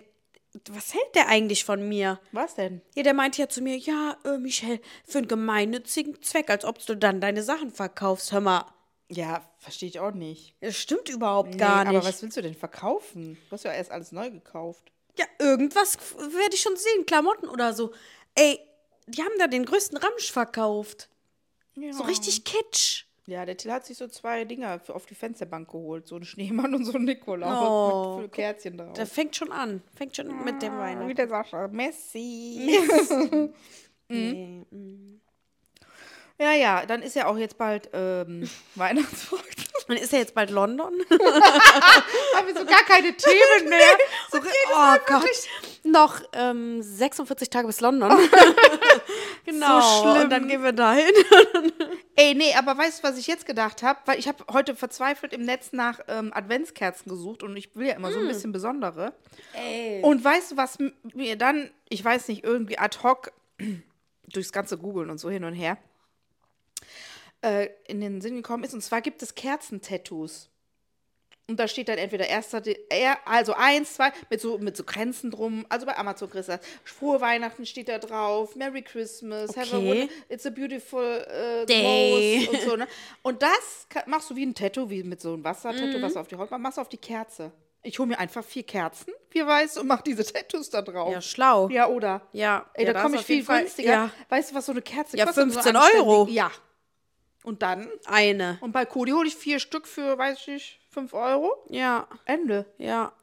Speaker 2: was hält der eigentlich von mir?
Speaker 3: was denn?
Speaker 2: Ja, der meinte ja zu mir, ja, äh, Michelle, für einen gemeinnützigen Zweck, als ob du dann deine Sachen verkaufst. Hör mal,
Speaker 3: Ja, verstehe ich auch nicht.
Speaker 2: Das stimmt überhaupt gar
Speaker 3: nee,
Speaker 2: nicht.
Speaker 3: Aber was willst du denn verkaufen? Du hast ja erst alles neu gekauft.
Speaker 2: Ja, irgendwas f- werde ich schon sehen, Klamotten oder so. Ey, die haben da den größten Ramsch verkauft.
Speaker 3: Oh.
Speaker 2: So richtig kitsch.
Speaker 3: Ja, der Till hat sich so zwei Dinger für- auf die Fensterbank geholt. So einen Schneemann und so einen Nikolaus
Speaker 2: Oh.
Speaker 3: mit so Kerzchen drauf.
Speaker 2: Der fängt schon an. Fängt schon mit dem Wein.
Speaker 3: Wie der Sascha. Messi. Mhm. mm. Ja, ja, dann ist ja auch jetzt bald ähm, Weihnachtsfolge.
Speaker 2: Dann ist er jetzt bald London.
Speaker 3: Haben wir so gar keine Themen mehr.
Speaker 2: So, oh Gott. Noch ähm, 46 Tage bis London. genau.
Speaker 3: So schlimm.
Speaker 2: Und dann gehen wir dahin.
Speaker 3: Ey, nee, aber weißt du, was ich jetzt gedacht habe? Weil ich habe heute verzweifelt im Netz nach ähm, Adventskerzen gesucht und ich will ja immer so ein bisschen besondere. Ey. Und weißt du, was m- mir dann, ich weiß nicht, irgendwie ad hoc durchs ganze Googeln und so hin und her äh, in den Sinn gekommen ist. Und zwar gibt es Kerzentattoos. Und da steht dann entweder erster, De- er- also eins, zwei, mit so, mit so Grenzen drum. Also bei Amazon kriegst du das. Frohe Weihnachten steht da drauf. Merry Christmas. Have a
Speaker 2: Okay.
Speaker 3: wonder, It's a beautiful äh,
Speaker 2: Day.
Speaker 3: Rose und so. Ne? Und das ka- machst du wie ein Tattoo, wie mit so einem
Speaker 2: Mhm.
Speaker 3: Wassertattoo, was du auf die Haut machst, machst du auf die Kerze. Ich hole mir einfach vier Kerzen, vier weiß und mach diese Tattoos da drauf.
Speaker 2: Ja, schlau.
Speaker 3: Ja, oder?
Speaker 2: Ja,
Speaker 3: Ey,
Speaker 2: ja,
Speaker 3: da
Speaker 2: das
Speaker 3: komme ich
Speaker 2: auf jeden
Speaker 3: viel
Speaker 2: Fall.
Speaker 3: günstiger.
Speaker 2: Ja.
Speaker 3: Weißt du, was so eine Kerze
Speaker 2: Ja,
Speaker 3: kostet? So
Speaker 2: 15
Speaker 3: anständig-
Speaker 2: Euro.
Speaker 3: Ja. Und dann?
Speaker 2: Eine.
Speaker 3: Und bei Cody hole ich vier Stück für, weiß ich nicht, 5 Euro.
Speaker 2: Ja,
Speaker 3: Ende.
Speaker 2: ja.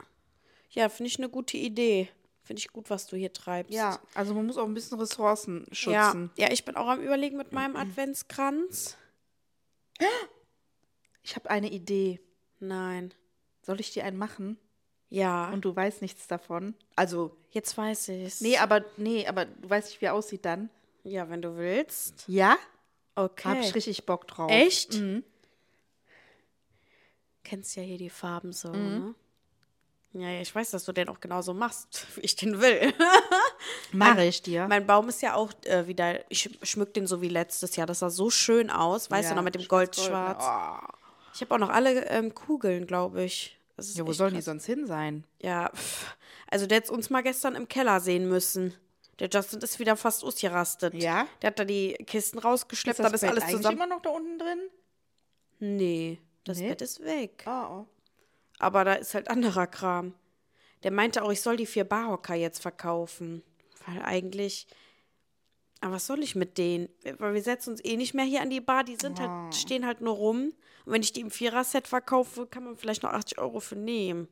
Speaker 2: Ja, finde ich eine gute Idee. Finde ich gut, was du hier treibst.
Speaker 3: Ja, also man muss auch ein bisschen Ressourcen
Speaker 2: Ja,
Speaker 3: schützen.
Speaker 2: ja, ich bin auch am Überlegen mit meinem Adventskranz.
Speaker 3: Ich habe eine Idee.
Speaker 2: Nein.
Speaker 3: Soll ich dir einen machen?
Speaker 2: Ja,
Speaker 3: Und du weißt nichts davon. Also,
Speaker 2: jetzt weiß ich's.
Speaker 3: nee, aber, nee, aber du weißt nicht, wie er aussieht dann.
Speaker 2: ja, wenn du willst.
Speaker 3: Ja?
Speaker 2: Okay.
Speaker 3: Hab ich richtig Bock drauf.
Speaker 2: Echt?
Speaker 3: Mhm.
Speaker 2: Kennst ja hier die Farben so,
Speaker 3: Mhm.
Speaker 2: ne? Ja, ja, ich weiß, dass du den auch genauso machst, wie ich den will.
Speaker 3: Mache ich dir.
Speaker 2: Mein Baum ist ja auch äh, wieder, ich schmück den so wie letztes Jahr. Das sah so schön aus, weißt du
Speaker 3: Ja,
Speaker 2: noch, mit dem
Speaker 3: schwarz-gold,
Speaker 2: Goldschwarz.
Speaker 3: ne?
Speaker 2: Ich habe auch noch alle ähm, Kugeln, glaube ich. Das ist
Speaker 3: ja, wo
Speaker 2: echt
Speaker 3: sollen die
Speaker 2: krass.
Speaker 3: sonst hin sein?
Speaker 2: Ja, pff. also der hätte uns mal gestern im Keller sehen müssen. Der Justin ist wieder fast ausgerastet.
Speaker 3: Ja?
Speaker 2: Der hat da die Kisten rausgeschleppt, dann ist
Speaker 3: Bett
Speaker 2: alles
Speaker 3: eigentlich
Speaker 2: zusammen.
Speaker 3: immer noch da unten drin?
Speaker 2: Nee, das
Speaker 3: Nee?
Speaker 2: Bett ist weg.
Speaker 3: Oh, oh.
Speaker 2: Aber da ist halt anderer Kram. Der meinte auch, ich soll die vier Barhocker jetzt verkaufen. Weil eigentlich. Aber was soll ich mit denen? Weil wir setzen uns eh nicht mehr hier an die Bar. Die sind halt, stehen halt nur rum. Und wenn ich die im Vierer-Set verkaufe, kann man vielleicht noch 80 Euro für nehmen.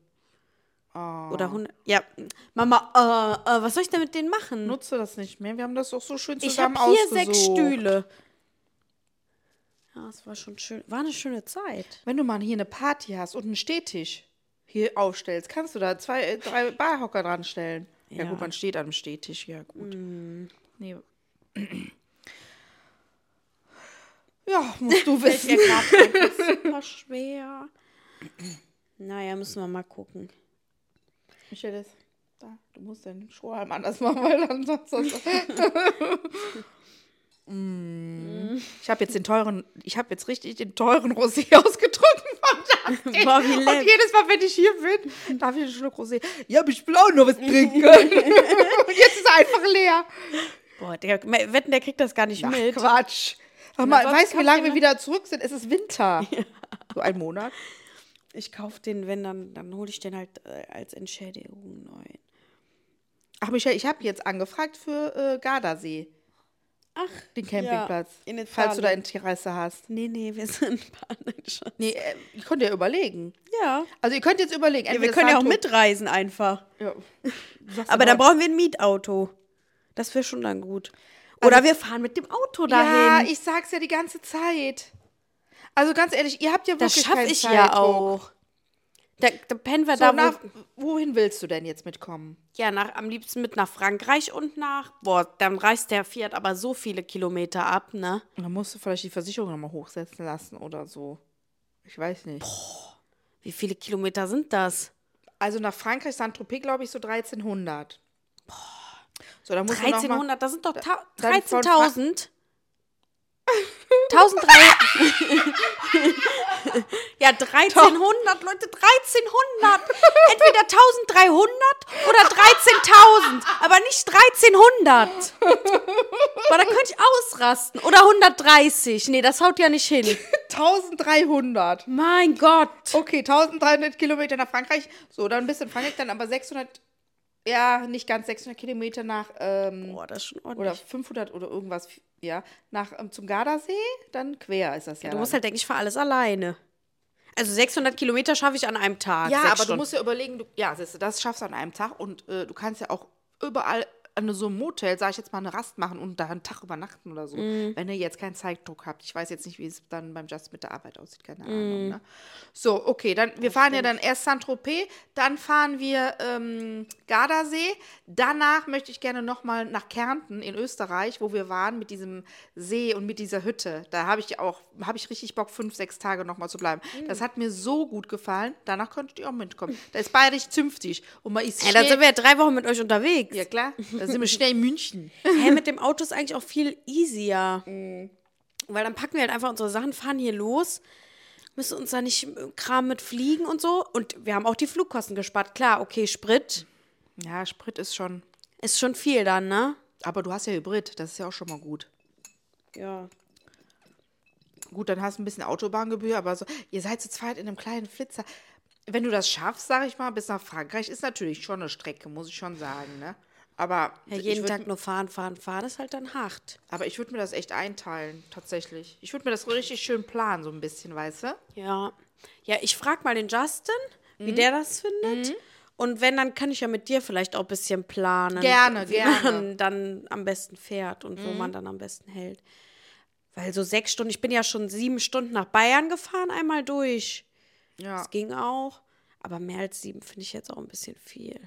Speaker 3: Oh.
Speaker 2: Oder 100. Ja, Mama, äh, äh, was soll ich denn mit denen machen?
Speaker 3: Nutze das nicht mehr. Wir haben das doch so schön
Speaker 2: ich
Speaker 3: zusammen
Speaker 2: habe hier
Speaker 3: ausgesucht.
Speaker 2: sechs Stühle. Ja, es war schon schön. War eine schöne Zeit.
Speaker 3: Wenn du mal hier eine Party hast und einen Stehtisch hier aufstellst, kannst du da zwei, äh, drei Barhocker dran stellen. Ja, Mm.
Speaker 2: Ja.
Speaker 3: gut, man steht an einem Stehtisch, ja gut. Nee. Ja, musst du wissen.
Speaker 2: Super schwer. Naja, müssen wir mal gucken.
Speaker 3: Michelle ist da. Du musst deinen Strohhalm anders machen, weil ansonsten. Mm. Ich habe jetzt den teuren, ich habe jetzt richtig den teuren Rosé ausgetrunken von Justin.
Speaker 2: Boah, wie
Speaker 3: Und
Speaker 2: lecker.
Speaker 3: jedes Mal, wenn ich hier bin, darf ich einen Schluck Rosé. Ja, hab ich blau noch was trinken können. Und jetzt ist er einfach leer.
Speaker 2: Boah, der, wetten, der kriegt das gar nicht mit.
Speaker 3: Quatsch. Sag mal,
Speaker 2: sonst
Speaker 3: weißt du, wie
Speaker 2: kommt
Speaker 3: lange
Speaker 2: ihr
Speaker 3: wir
Speaker 2: noch-
Speaker 3: wieder zurück sind? Es ist Winter. So ein Monat.
Speaker 2: Ich kaufe den, wenn dann, dann hole ich den halt äh, als Entschädigung neu.
Speaker 3: Ach, Michelle, ich habe jetzt angefragt für äh, Gardasee.
Speaker 2: Ach,
Speaker 3: Den Campingplatz.
Speaker 2: Ja, in
Speaker 3: falls du da
Speaker 2: Italien.
Speaker 3: Interesse hast.
Speaker 2: Nee, nee, wir sind panisch.
Speaker 3: Nee, äh, ich konnte ja überlegen.
Speaker 2: Ja.
Speaker 3: Also ihr könnt jetzt überlegen.
Speaker 2: ja. Wir
Speaker 3: entweder
Speaker 2: können ja auch
Speaker 3: Santo-
Speaker 2: mitreisen einfach.
Speaker 3: Ja. Sagst
Speaker 2: Aber
Speaker 3: du
Speaker 2: dann
Speaker 3: mal-
Speaker 2: brauchen wir ein Mietauto. Das wäre schon dann gut. Oder wir fahren mit dem Auto dahin.
Speaker 3: Also Ja, ich sag's ja die ganze Zeit. Also ganz ehrlich, ihr habt ja
Speaker 2: das
Speaker 3: wirklich
Speaker 2: schaffe
Speaker 3: keinen
Speaker 2: ich ja
Speaker 3: Zeitdruck.
Speaker 2: auch. Da, da pennen wir
Speaker 3: So,
Speaker 2: da
Speaker 3: nach,
Speaker 2: wo,
Speaker 3: wohin willst du denn jetzt mitkommen?
Speaker 2: ja, nach, am liebsten mit nach Frankreich und nach. Boah, dann reißt der Fiat aber so viele Kilometer ab, ne?
Speaker 3: Dann musst du vielleicht die Versicherung nochmal hochsetzen lassen oder so. Ich weiß nicht.
Speaker 2: Wie viele Kilometer sind das?
Speaker 3: Also nach Frankreich, Saint-Tropez, glaube ich, so 1300. So, da musst du noch mal-
Speaker 2: 1300, das sind doch ta-
Speaker 3: dann von
Speaker 2: 13.000. 1300. ja, 1300, Leute, 1300. Entweder 1300 oder 13.000, aber nicht 1300. Weil da könnte ich ausrasten. Oder 130. Nee, das haut ja nicht hin.
Speaker 3: 1300.
Speaker 2: Mein Gott.
Speaker 3: Okay, 1300 Kilometer nach Frankreich. So, dann ein bisschen Frankreich, dann aber 600, ja, nicht ganz 600 Kilometer nach, ähm,
Speaker 2: Boah, das ist schon ordentlich.
Speaker 3: oder 500 oder irgendwas, ja, nach, ähm, zum Gardasee, dann quer ist das ja.
Speaker 2: du
Speaker 3: dann.
Speaker 2: musst halt, denke ich, für alles alleine. Also 600 Kilometer schaffe ich an einem Tag.
Speaker 3: ja,
Speaker 2: sechs
Speaker 3: aber du
Speaker 2: Stunden.
Speaker 3: musst ja überlegen, du, ja, siehst du, das schaffst du an einem Tag und äh, du kannst ja auch überall an so einem Motel, sag ich jetzt mal, eine Rast machen und da einen Tag übernachten oder so,
Speaker 2: Mhm.
Speaker 3: wenn ihr jetzt keinen Zeitdruck habt. Ich weiß jetzt nicht, wie es dann beim Just mit der Arbeit aussieht, keine
Speaker 2: Mhm.
Speaker 3: Ahnung. Ne? So, okay, dann wir fahren ja dann erst Saint-Tropez, dann fahren wir ähm, Gardasee, danach möchte ich gerne nochmal nach Kärnten in Österreich, wo wir waren mit diesem See und mit dieser Hütte. Da habe ich auch, habe ich richtig Bock, fünf, sechs Tage nochmal zu bleiben. Das hat mir so gut gefallen, danach könntet ihr auch mitkommen. Da ist bayerisch zünftig und man ist
Speaker 2: Ey, dann
Speaker 3: schnell-
Speaker 2: sind wir ja drei Wochen mit euch unterwegs.
Speaker 3: ja klar, da sind wir schnell in München.
Speaker 2: Hä, mit dem Auto ist eigentlich auch viel easier.
Speaker 3: Mm.
Speaker 2: Weil dann packen wir halt einfach unsere Sachen, fahren hier los, müssen uns da nicht äh, Kram mit fliegen und so. Und wir haben auch die Flugkosten gespart. Klar, okay, Sprit
Speaker 3: Mhm. Ja, Sprit ist schon.
Speaker 2: ist schon viel dann, ne?
Speaker 3: Aber du hast ja Hybrid, das ist ja auch schon mal gut.
Speaker 2: Ja.
Speaker 3: Gut, dann hast du ein bisschen Autobahngebühr, aber so, ihr seid zu zweit in einem kleinen Flitzer. Wenn du das schaffst, sag ich mal, bis nach Frankreich, ist natürlich schon eine Strecke, muss ich schon sagen, ne? Aber,
Speaker 2: ja
Speaker 3: Also ich
Speaker 2: jeden
Speaker 3: würd,
Speaker 2: Tag nur fahren, fahren, fahren ist halt dann hart.
Speaker 3: aber ich würde mir das echt einteilen, tatsächlich. Ich würde mir das richtig schön planen, so ein bisschen, weißt du?
Speaker 2: Ja. Ja, ich frag mal den Justin,
Speaker 3: Mhm.
Speaker 2: wie der das findet. Und wenn, dann kann ich ja mit dir vielleicht auch ein bisschen planen.
Speaker 3: Gerne,
Speaker 2: wie
Speaker 3: gerne. Mhm.
Speaker 2: man dann am besten fährt und wo man dann am besten hält. Weil so sechs Stunden, ich bin ja schon sieben Stunden nach Bayern gefahren, einmal durch.
Speaker 3: Ja,
Speaker 2: Das ging auch. Aber mehr als sieben finde ich jetzt auch ein bisschen viel.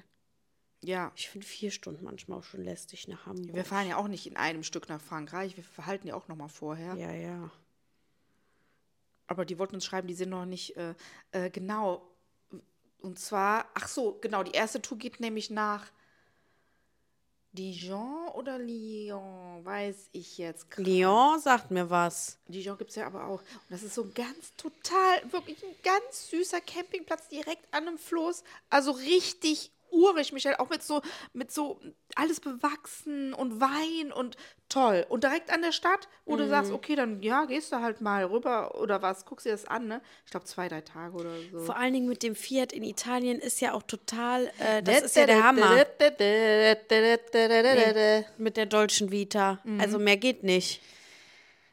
Speaker 3: ja.
Speaker 2: Ich finde vier Stunden manchmal auch schon lästig nach Hamburg.
Speaker 3: Wir fahren ja auch nicht in einem Stück nach Frankreich, wir verhalten ja auch nochmal vorher.
Speaker 2: Ja, ja.
Speaker 3: Aber die wollten uns schreiben, die sind noch nicht äh, äh, genau. Und zwar, ach so, genau, die erste Tour geht nämlich nach Dijon oder Lyon, weiß ich jetzt. gra-
Speaker 2: Lyon sagt mir was.
Speaker 3: Dijon gibt es ja aber auch. Und das ist so ein ganz total, wirklich ein ganz süßer Campingplatz direkt an einem Floß. Also richtig urig, Michael. Auch mit so, mit so alles bewachsen und Wein und toll. Und direkt an der Stadt, wo du sagst, okay, dann ja, gehst du halt mal rüber oder was, guckst dir das an, ne? Ich glaube zwei, drei Tage oder so.
Speaker 2: Vor allen Dingen mit dem Fiat in Italien ist ja auch total, äh, das ist ja der Hammer. Mit der deutschen Vita.
Speaker 3: Mhm.
Speaker 2: Also mehr geht nicht.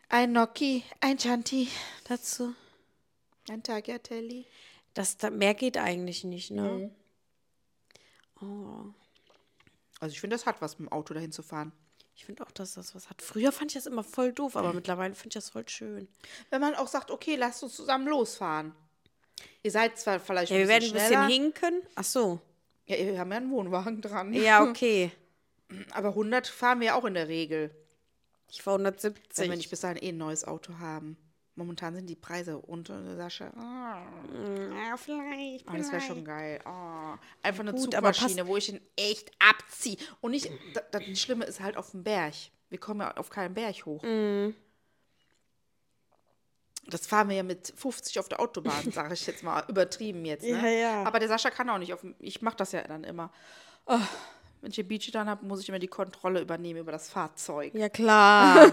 Speaker 3: Ein Gnocchi, ein Chanti,
Speaker 2: Dazu.
Speaker 3: ein Tagliatelle.
Speaker 2: Das, da- mehr geht eigentlich nicht, ne?
Speaker 3: Mhm.
Speaker 2: Oh.
Speaker 3: Also ich finde, das hat was mit dem Auto dahin zu fahren.
Speaker 2: Ich finde auch, dass das was hat. Früher fand ich das immer voll doof, aber mittlerweile finde ich das voll schön.
Speaker 3: Wenn man auch sagt, okay, lasst uns zusammen losfahren. Ihr seid zwar vielleicht
Speaker 2: Ja,
Speaker 3: ein
Speaker 2: wir werden ein
Speaker 3: bisschen schneller.
Speaker 2: bisschen hinken. Ach so.
Speaker 3: Ja, wir haben ja einen Wohnwagen dran.
Speaker 2: Ja, okay.
Speaker 3: Aber 100 fahren wir ja auch in der Regel,
Speaker 2: Ich war
Speaker 3: wenn wir nicht
Speaker 2: 170.
Speaker 3: bis dahin eh ein neues Auto haben. Momentan sind die Preise unter Sascha. ah,
Speaker 2: Ja, vielleicht.
Speaker 3: Oh, das wäre schon geil. ah. einfach eine
Speaker 2: Genau. Gut, aber
Speaker 3: Zugmaschine, wo ich ihn echt abziehe. Und nicht, das, das Schlimme ist halt auf dem Berg. Wir kommen ja auf keinen Berg hoch. Das fahren wir ja mit 50 auf der Autobahn, sage ich jetzt mal, übertrieben jetzt. Ne?
Speaker 2: Ja, ja.
Speaker 3: Aber der Sascha kann auch nicht auf dem, ich mache das ja dann immer. Oh, wenn ich den Beach dann habe, muss ich immer die Kontrolle übernehmen über das Fahrzeug.
Speaker 2: Ja, klar.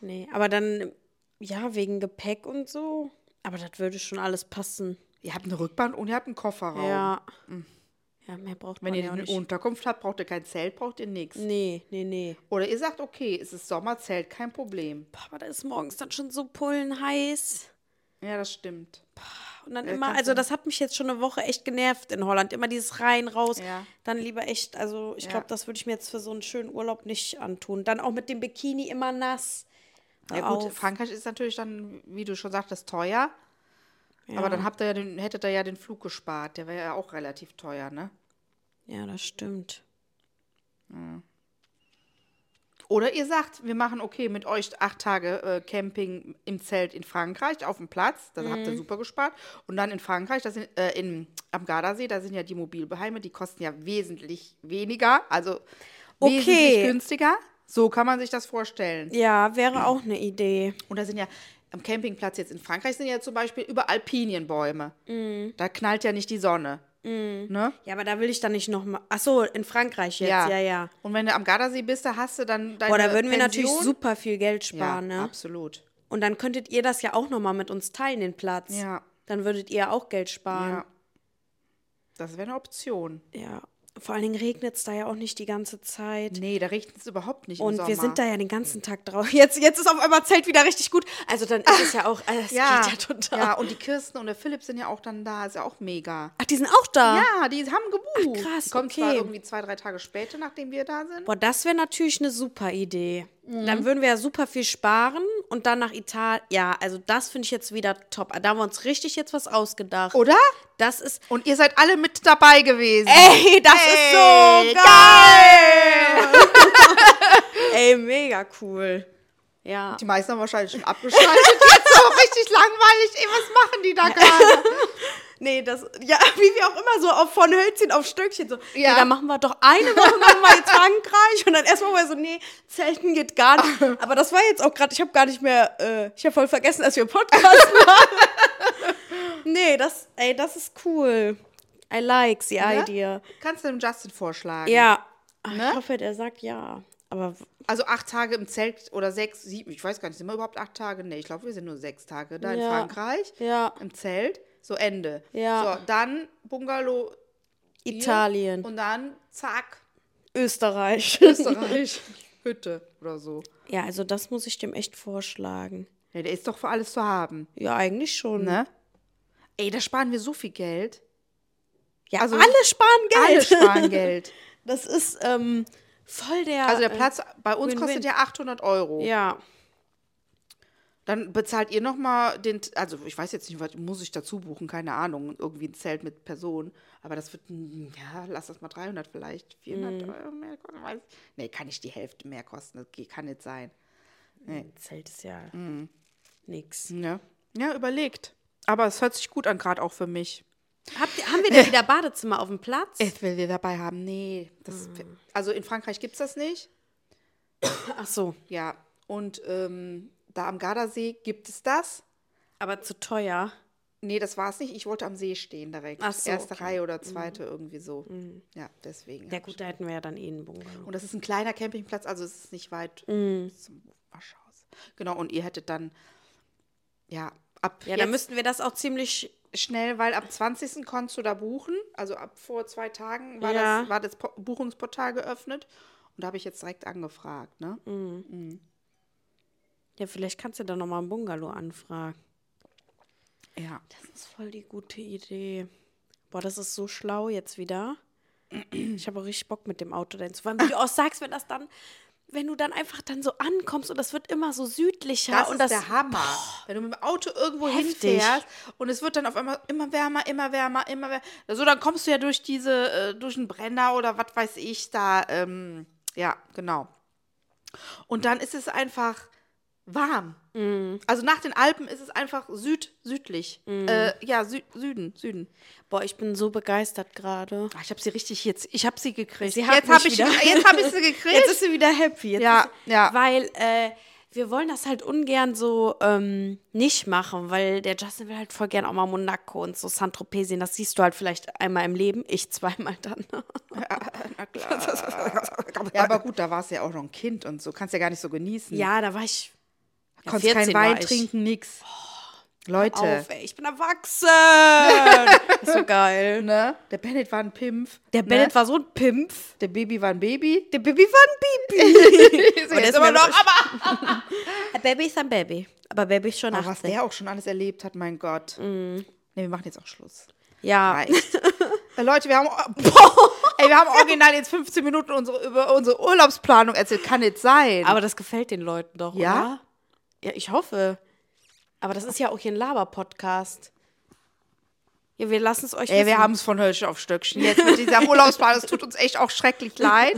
Speaker 2: nee, aber dann, ja, wegen Gepäck und so. Aber das würde schon alles passen.
Speaker 3: Ihr habt eine Rückbank und ihr habt einen Kofferraum.
Speaker 2: Ja. Ja, mehr braucht
Speaker 3: Mhm. Wenn
Speaker 2: man
Speaker 3: ihr
Speaker 2: ja auch
Speaker 3: eine
Speaker 2: nicht.
Speaker 3: Unterkunft habt, braucht ihr kein Zelt, braucht ihr nichts.
Speaker 2: Nee, nee, nee.
Speaker 3: Oder ihr sagt, okay, es ist Sommerzelt, kein Problem.
Speaker 2: Boah, aber da ist morgens dann schon so pullenheiß.
Speaker 3: Ja, das stimmt.
Speaker 2: Und dann
Speaker 3: Ja,
Speaker 2: immer,
Speaker 3: kannst
Speaker 2: also
Speaker 3: du-
Speaker 2: das hat mich jetzt schon eine Woche echt genervt in Holland. Immer dieses rein, raus.
Speaker 3: Ja.
Speaker 2: Dann lieber echt, also ich
Speaker 3: Ja.
Speaker 2: glaube, das würde ich mir jetzt für so einen schönen Urlaub nicht antun. Dann auch mit dem Bikini immer nass. Hör
Speaker 3: Ja, gut,
Speaker 2: auf.
Speaker 3: Frankreich ist natürlich dann, wie du schon sagtest, teuer. Aber dann habt ihr ja den, hättet ihr ja den Flug gespart. Der wäre ja auch relativ teuer, ne?
Speaker 2: Ja, das stimmt.
Speaker 3: Oder ihr sagt, wir machen okay mit euch acht Tage äh, Camping im Zelt in Frankreich auf dem Platz, da habt
Speaker 2: Mhm.
Speaker 3: ihr super gespart. Und dann in Frankreich, das sind, äh, in, am Gardasee, da sind ja die Mobilbeheime, die kosten ja wesentlich weniger, also
Speaker 2: Okay.
Speaker 3: wesentlich günstiger. So kann man sich das vorstellen.
Speaker 2: Ja, wäre auch eine Idee.
Speaker 3: Und da sind ja am Campingplatz jetzt in Frankreich sind ja zum Beispiel überall Pinienbäume.
Speaker 2: Mhm.
Speaker 3: Da knallt ja nicht die Sonne. Ne?
Speaker 2: Ja, aber da will ich dann nicht nochmal. Ach so, in Frankreich Mhm. jetzt. Ja, ja.
Speaker 3: Und wenn du am Gardasee bist, da hast du dann deine
Speaker 2: Boah, da würden wir natürlich
Speaker 3: Pension.
Speaker 2: super viel Geld
Speaker 3: ja,
Speaker 2: sparen, ne?
Speaker 3: absolut.
Speaker 2: Und dann könntet ihr das ja auch nochmal mit uns teilen, den Platz.
Speaker 3: Ja.
Speaker 2: Dann würdet ihr auch Geld sparen.
Speaker 3: Ja. Das wäre eine Option.
Speaker 2: Ja. Vor allen Dingen regnet es da ja auch nicht die ganze Zeit.
Speaker 3: Nee, da regnet es überhaupt nicht.
Speaker 2: Und
Speaker 3: im
Speaker 2: wir
Speaker 3: Sommer.
Speaker 2: sind da ja den ganzen Tag drauf. Jetzt, jetzt ist auf einmal Zelt wieder richtig gut. Also dann ist es ja auch, also es
Speaker 3: Ja,
Speaker 2: geht ja total.
Speaker 3: ja, und die Kirsten und der Philipp sind ja auch dann da, ist ja auch mega.
Speaker 2: Ach, die sind auch da.
Speaker 3: Ja, die haben gebucht.
Speaker 2: Ach, krass,
Speaker 3: die kommen zwar
Speaker 2: okay.
Speaker 3: irgendwie zwei, drei Tage später, nachdem wir da sind.
Speaker 2: Boah, das wäre natürlich eine super Idee.
Speaker 3: Mhm.
Speaker 2: Dann würden wir ja super viel sparen und dann nach Italien. Ja, also das finde ich jetzt wieder top. Da haben wir uns richtig jetzt was ausgedacht.
Speaker 3: Oder?
Speaker 2: Das ist.
Speaker 3: Und ihr seid alle mit dabei gewesen.
Speaker 2: Ey, das
Speaker 3: Ey,
Speaker 2: ist so geil! Ey, mega cool. Ja.
Speaker 3: Die meisten haben wahrscheinlich schon abgeschaltet. Jetzt auch richtig langweilig. Ey, was machen die da gerade?
Speaker 2: Nee, das. Ja, wie wir auch immer so auf, von Hölzchen auf Stöckchen. So.
Speaker 3: Ja.
Speaker 2: Nee, dann machen wir doch eine Woche machen wir jetzt Frankreich. Und dann erstmal war so, nee, Zelten geht gar nicht. Aber das war jetzt auch gerade, ich habe gar nicht mehr. Äh, ich habe voll vergessen, dass wir Podcast Nee, das, ey, das ist cool. I like the idea.
Speaker 3: Kannst du dem Justin vorschlagen?
Speaker 2: Ja. Ach,
Speaker 3: Ne?
Speaker 2: Ich hoffe, der sagt ja. Aber w-
Speaker 3: Also acht Tage im Zelt oder sechs, sieben, ich weiß gar nicht, sind wir überhaupt acht Tage? Nee, ich glaube, wir sind nur sechs Tage da in
Speaker 2: Ja.
Speaker 3: Frankreich.
Speaker 2: Ja.
Speaker 3: Im Zelt. So, Ende.
Speaker 2: Ja.
Speaker 3: So, dann Bungalow hier
Speaker 2: Italien,
Speaker 3: Und dann zack,
Speaker 2: Österreich.
Speaker 3: Österreich. Hütte oder so.
Speaker 2: ja, also das muss ich dem echt vorschlagen.
Speaker 3: Ja, der ist doch für alles zu haben.
Speaker 2: Ja, eigentlich schon.
Speaker 3: Ne? Ey, da sparen wir so viel Geld.
Speaker 2: Ja,
Speaker 3: Also-
Speaker 2: alle sparen Geld.
Speaker 3: Alle sparen Geld.
Speaker 2: Das ist ähm, voll der.
Speaker 3: Also der
Speaker 2: äh,
Speaker 3: Platz bei uns
Speaker 2: Win-win.
Speaker 3: kostet ja 800 Euro.
Speaker 2: Ja.
Speaker 3: Dann bezahlt ihr nochmal den, also ich weiß jetzt nicht, was muss ich dazu buchen, keine Ahnung, irgendwie ein Zelt mit Personen. Aber das wird, hm, ja, lass das mal 300 vielleicht, 400 Euro mehr kosten. weiß- Nee, kann nicht die Hälfte mehr kosten, das geht- kann nicht sein.
Speaker 2: Zelt ist ja nix.
Speaker 3: Ja, ja überlegt. Aber es hört sich gut an, gerade auch für mich.
Speaker 2: Habt ihr, haben wir denn wieder Badezimmer auf dem Platz?
Speaker 3: Ich will wir dabei haben, nee. Das, Also in Frankreich gibt es das nicht.
Speaker 2: Ach so,
Speaker 3: Ja, und ähm, da am Gardasee gibt es das.
Speaker 2: aber zu teuer.
Speaker 3: Nee, das war es nicht. Ich wollte am See stehen direkt.
Speaker 2: Ach so,
Speaker 3: Erste
Speaker 2: okay.
Speaker 3: Reihe oder zweite, irgendwie so. Mhm. Ja, deswegen.
Speaker 2: Ja gut, da hätten wir ja dann eh einen Bungalow.
Speaker 3: Und das ist ein kleiner Campingplatz, also es ist nicht weit
Speaker 2: Mm.
Speaker 3: zum Waschhaus. Genau, und ihr hättet dann, ja, ab
Speaker 2: Ja, dann
Speaker 3: jetzt
Speaker 2: müssten wir das auch ziemlich.
Speaker 3: schnell, weil ab 20. konntest du da buchen. Also ab vor zwei Tagen war,
Speaker 2: Ja.
Speaker 3: das, war das Po- Buchungsportal geöffnet. Und da habe ich jetzt direkt angefragt, ne?
Speaker 2: Mm. Ja, vielleicht kannst du da nochmal einen Bungalow anfragen.
Speaker 3: Ja.
Speaker 2: Das ist voll die gute Idee. Boah, das ist so schlau jetzt wieder. Ich habe auch richtig Bock mit dem Auto dahin zu fahren. Wie du auch sagst, wenn das dann, wenn du dann einfach dann so ankommst und das wird immer so südlicher
Speaker 3: Das
Speaker 2: und
Speaker 3: ist
Speaker 2: das
Speaker 3: der Hammer. Wenn du mit dem Auto irgendwo
Speaker 2: Heftig.
Speaker 3: hinfährst und es wird dann auf einmal immer wärmer, immer wärmer, immer wärmer. So, dann kommst du ja durch diese, äh, durch einen Brenner oder was weiß ich da. Ähm, ja, genau. Und dann ist es einfach warm.
Speaker 2: Mhm.
Speaker 3: Also nach den Alpen ist es einfach süd, südlich. Äh, ja, Sü Süden, Süden.
Speaker 2: Boah, ich bin so begeistert gerade.
Speaker 3: Ah, Ich habe sie richtig jetzt, ich habe sie gekriegt.
Speaker 2: Sie hat
Speaker 3: jetzt
Speaker 2: mich
Speaker 3: habe ich,
Speaker 2: wieder.
Speaker 3: jetzt hab ich sie gekriegt.
Speaker 2: Jetzt ist sie wieder happy. Jetzt
Speaker 3: Ja,
Speaker 2: ist,
Speaker 3: ja.
Speaker 2: Weil äh, wir wollen das halt ungern so ähm, nicht machen, weil der Justin will halt voll gern auch mal Monaco und so Saint-Tropez sehen. Das siehst du halt vielleicht einmal im Leben, ich zweimal dann.
Speaker 3: Hm. Na klar. ja, aber gut, da warst du ja auch noch ein Kind und so. Kannst ja gar nicht so genießen.
Speaker 2: ja, da war ich Ja,
Speaker 3: Konntest keinen
Speaker 2: 14 war
Speaker 3: Wein
Speaker 2: ich. Oh,
Speaker 3: trinken, nix. Leute,
Speaker 2: auf, ey. Ich bin erwachsen. so geil.
Speaker 3: ne? Der Bennett war ein Pimpf. ne?
Speaker 2: Der Bennett war so ein Pimpf.
Speaker 3: Der Baby war ein Baby.
Speaker 2: Der Baby war ein Baby.
Speaker 3: jetzt immer noch,
Speaker 2: aber. ein Baby ist ein Baby. Aber Baby ist schon
Speaker 3: Aber was
Speaker 2: 18.
Speaker 3: der auch schon alles erlebt hat, mein Gott.
Speaker 2: Mm.
Speaker 3: Ne, wir machen jetzt auch Schluss.
Speaker 2: Ja,
Speaker 3: Reicht. Äh, Leute, wir haben, boah, ey, wir haben original jetzt 15 Minuten unsere, über unsere Urlaubsplanung erzählt. Kann nicht sein.
Speaker 2: Aber das gefällt den Leuten doch,
Speaker 3: Ja?
Speaker 2: oder? Ja, ich hoffe. Aber das ist ja auch hier ein Laber-Podcast. Ja, wir lassen es euch
Speaker 3: ey, wir
Speaker 2: wissen.
Speaker 3: haben es von Hölzchen auf Stöckchen. Jetzt mit dieser Urlaubsplanung, es tut uns echt auch schrecklich leid.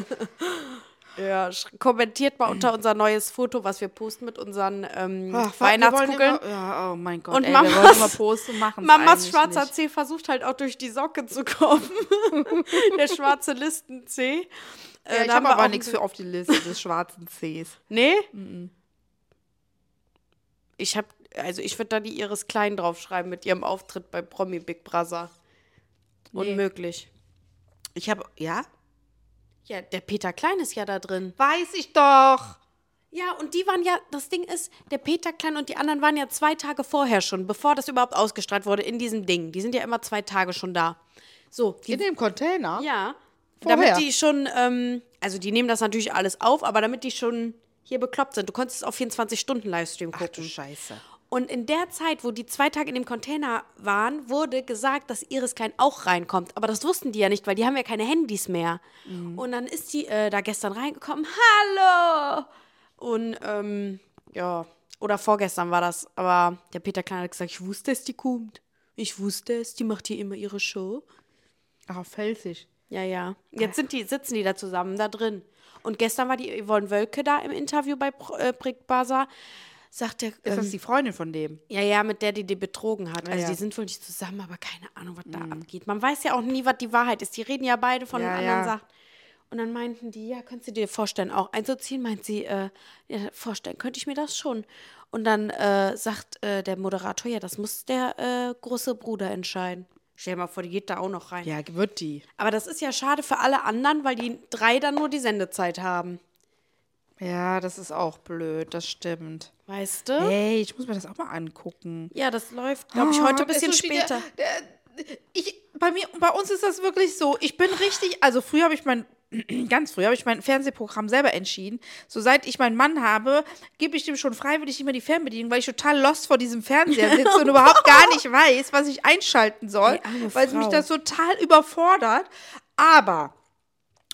Speaker 2: Ja, sch- kommentiert mal unter unser neues Foto, was wir posten mit unseren ähm,
Speaker 3: Ach,
Speaker 2: Weihnachtskugeln.
Speaker 3: wir wollen Immer, ja, oh mein Gott.
Speaker 2: Und
Speaker 3: ey, wir
Speaker 2: Mamas-
Speaker 3: wollen immer posten, machen
Speaker 2: Mamas schwarzer
Speaker 3: nicht.
Speaker 2: Zeh versucht halt auch durch die Socke zu kommen. Der schwarze Listenzeh. Äh,
Speaker 3: Ja, ich
Speaker 2: da haben
Speaker 3: habe
Speaker 2: wir
Speaker 3: aber
Speaker 2: auch
Speaker 3: nichts
Speaker 2: ein-
Speaker 3: für auf die Liste des schwarzen Cs.
Speaker 2: Nee? Ich hab, also ich würde da die Iris Klein draufschreiben mit ihrem Auftritt bei Promi Big Brother. Unmöglich.
Speaker 3: Ich habe, ja?
Speaker 2: Ja, der Peter Klein ist ja da drin.
Speaker 3: Weiß ich doch.
Speaker 2: Ja, und die waren ja, das Ding ist, der Peter Klein und die anderen waren ja zwei Tage vorher schon, bevor das überhaupt ausgestrahlt wurde, in diesem Ding. Die sind ja immer zwei Tage schon da. So, die
Speaker 3: In dem Container?
Speaker 2: Ja.
Speaker 3: Vorher.
Speaker 2: Damit die schon, ähm, also die nehmen das natürlich alles auf, aber damit die schon hier bekloppt sind. Du konntest es auf 24 Stunden Livestream
Speaker 3: Ach
Speaker 2: gucken.
Speaker 3: du Scheiße.
Speaker 2: Und in der Zeit, wo die zwei Tage in dem Container waren, wurde gesagt, dass Iris Klein auch reinkommt. Aber das wussten die ja nicht, weil die haben ja keine Handys mehr.
Speaker 3: Mhm.
Speaker 2: Und dann ist die äh, da gestern reingekommen. Hallo! Und ähm, ja, oder vorgestern war das. Aber der Peter Klein hat gesagt, ich wusste es, die kommt. Ich wusste es, die macht hier immer ihre Show.
Speaker 3: Ah, felsig.
Speaker 2: Ja, ja.
Speaker 3: Äh.
Speaker 2: Jetzt sind die, sitzen die da zusammen da drin. Und gestern war die Yvonne Wölke da im Interview bei Pro- äh, Brick Bazaar. Sagt der,
Speaker 3: Ist
Speaker 2: ähm,
Speaker 3: das die Freundin von dem?
Speaker 2: ja, ja, mit der die die betrogen hat. Also
Speaker 3: ja. Hm.
Speaker 2: die sind wohl nicht zusammen, aber keine Ahnung, was da abgeht. Man weiß ja auch nie, was die Wahrheit ist. Die reden ja beide von
Speaker 3: Ja,
Speaker 2: den anderen
Speaker 3: ja.
Speaker 2: Sachen. Und dann meinten die, ja, könntest du dir vorstellen, auch einzuziehen? Meint sie, äh, ja, vorstellen könnte ich mir das schon. Und dann äh, sagt äh, der Moderator, ja, das muss der äh, große Bruder entscheiden. Stell dir mal vor, die geht da auch noch rein.
Speaker 3: Ja, wird die.
Speaker 2: Aber das ist ja schade für alle anderen, weil die drei dann nur die Sendezeit haben.
Speaker 3: Ja, das ist auch blöd, das stimmt.
Speaker 2: Weißt du?
Speaker 3: Hey, ich muss mir das auch mal angucken.
Speaker 2: Ja, das läuft, glaube
Speaker 3: Ah,
Speaker 2: ich, heute ein bisschen später.
Speaker 3: ich, bei mir, bei uns ist das wirklich so. Ich bin richtig, also früher habe ich mein, ganz früh habe ich mein Fernsehprogramm selber entschieden. So seit ich meinen Mann habe, gebe ich dem schon freiwillig immer die Fernbedienung, weil ich total lost vor diesem Fernseher sitze und überhaupt gar nicht weiß, was ich einschalten soll,
Speaker 2: Die arme
Speaker 3: weil es mich
Speaker 2: Frau.
Speaker 3: das total überfordert. Aber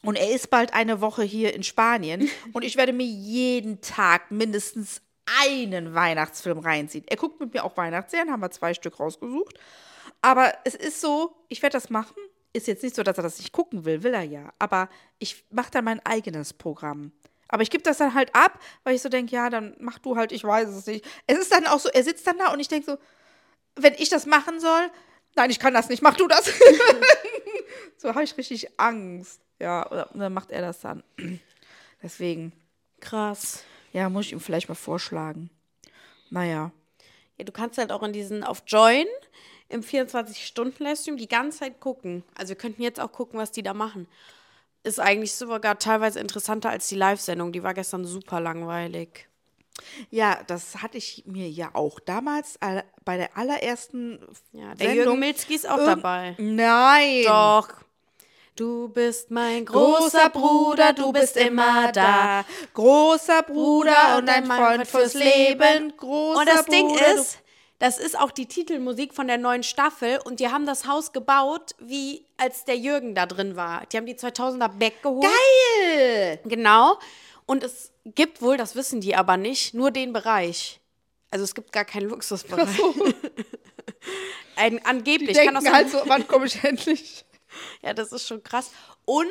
Speaker 3: und er ist bald eine Woche hier in Spanien. Und ich werde mir jeden Tag mindestens einen Weihnachtsfilm reinziehen. Er guckt mit mir auch Weihnachtsserien, haben wir zwei Stück rausgesucht. Aber es ist so, ich werde das machen. Ist jetzt nicht so, dass er das nicht gucken will, will er ja. Aber ich mache dann mein eigenes Programm. Aber ich gebe das dann halt ab, weil ich so denke, ja, dann mach du halt, ich weiß es nicht. Es ist dann auch so, er sitzt dann da und ich denke so, wenn ich das machen soll, nein, ich kann das nicht, mach du das. so habe ich richtig Angst. Ja, oder, und dann macht er das dann. Deswegen,
Speaker 2: Krass.
Speaker 3: ja, muss ich ihm vielleicht mal vorschlagen. Naja.
Speaker 2: Ja, du kannst halt auch in diesen auf Join im 24-Stunden-Livestream die ganze Zeit gucken. Also wir könnten jetzt auch gucken, was die da machen. Ist eigentlich sogar teilweise interessanter als die Live-Sendung. Die war gestern super langweilig.
Speaker 3: Ja, das hatte ich mir ja auch damals all- bei der allerersten
Speaker 2: Ja, der
Speaker 3: Sendung-
Speaker 2: Jürgen Milzki ist auch
Speaker 3: Irgend-
Speaker 2: dabei.
Speaker 3: Nein.
Speaker 2: Doch. Du bist mein großer Bruder, du bist immer da.
Speaker 3: Großer Bruder und ein
Speaker 2: Mann
Speaker 3: Freund fürs Leben. Großer
Speaker 2: und das Ding
Speaker 3: Bruder, du-
Speaker 2: ist, das ist auch die Titelmusik von der neuen Staffel und die haben das Haus gebaut, wie als der Jürgen da drin war. Die haben die 2000er weggeholt.
Speaker 3: Geil!
Speaker 2: Genau. Und es gibt wohl, das wissen die aber nicht, nur den Bereich. Also es gibt gar keinen Luxusbereich. Ein, angeblich.
Speaker 3: Ich
Speaker 2: kann auch
Speaker 3: denke
Speaker 2: sein-
Speaker 3: halt so, wann komme ich endlich?
Speaker 2: ja, das ist schon krass. Und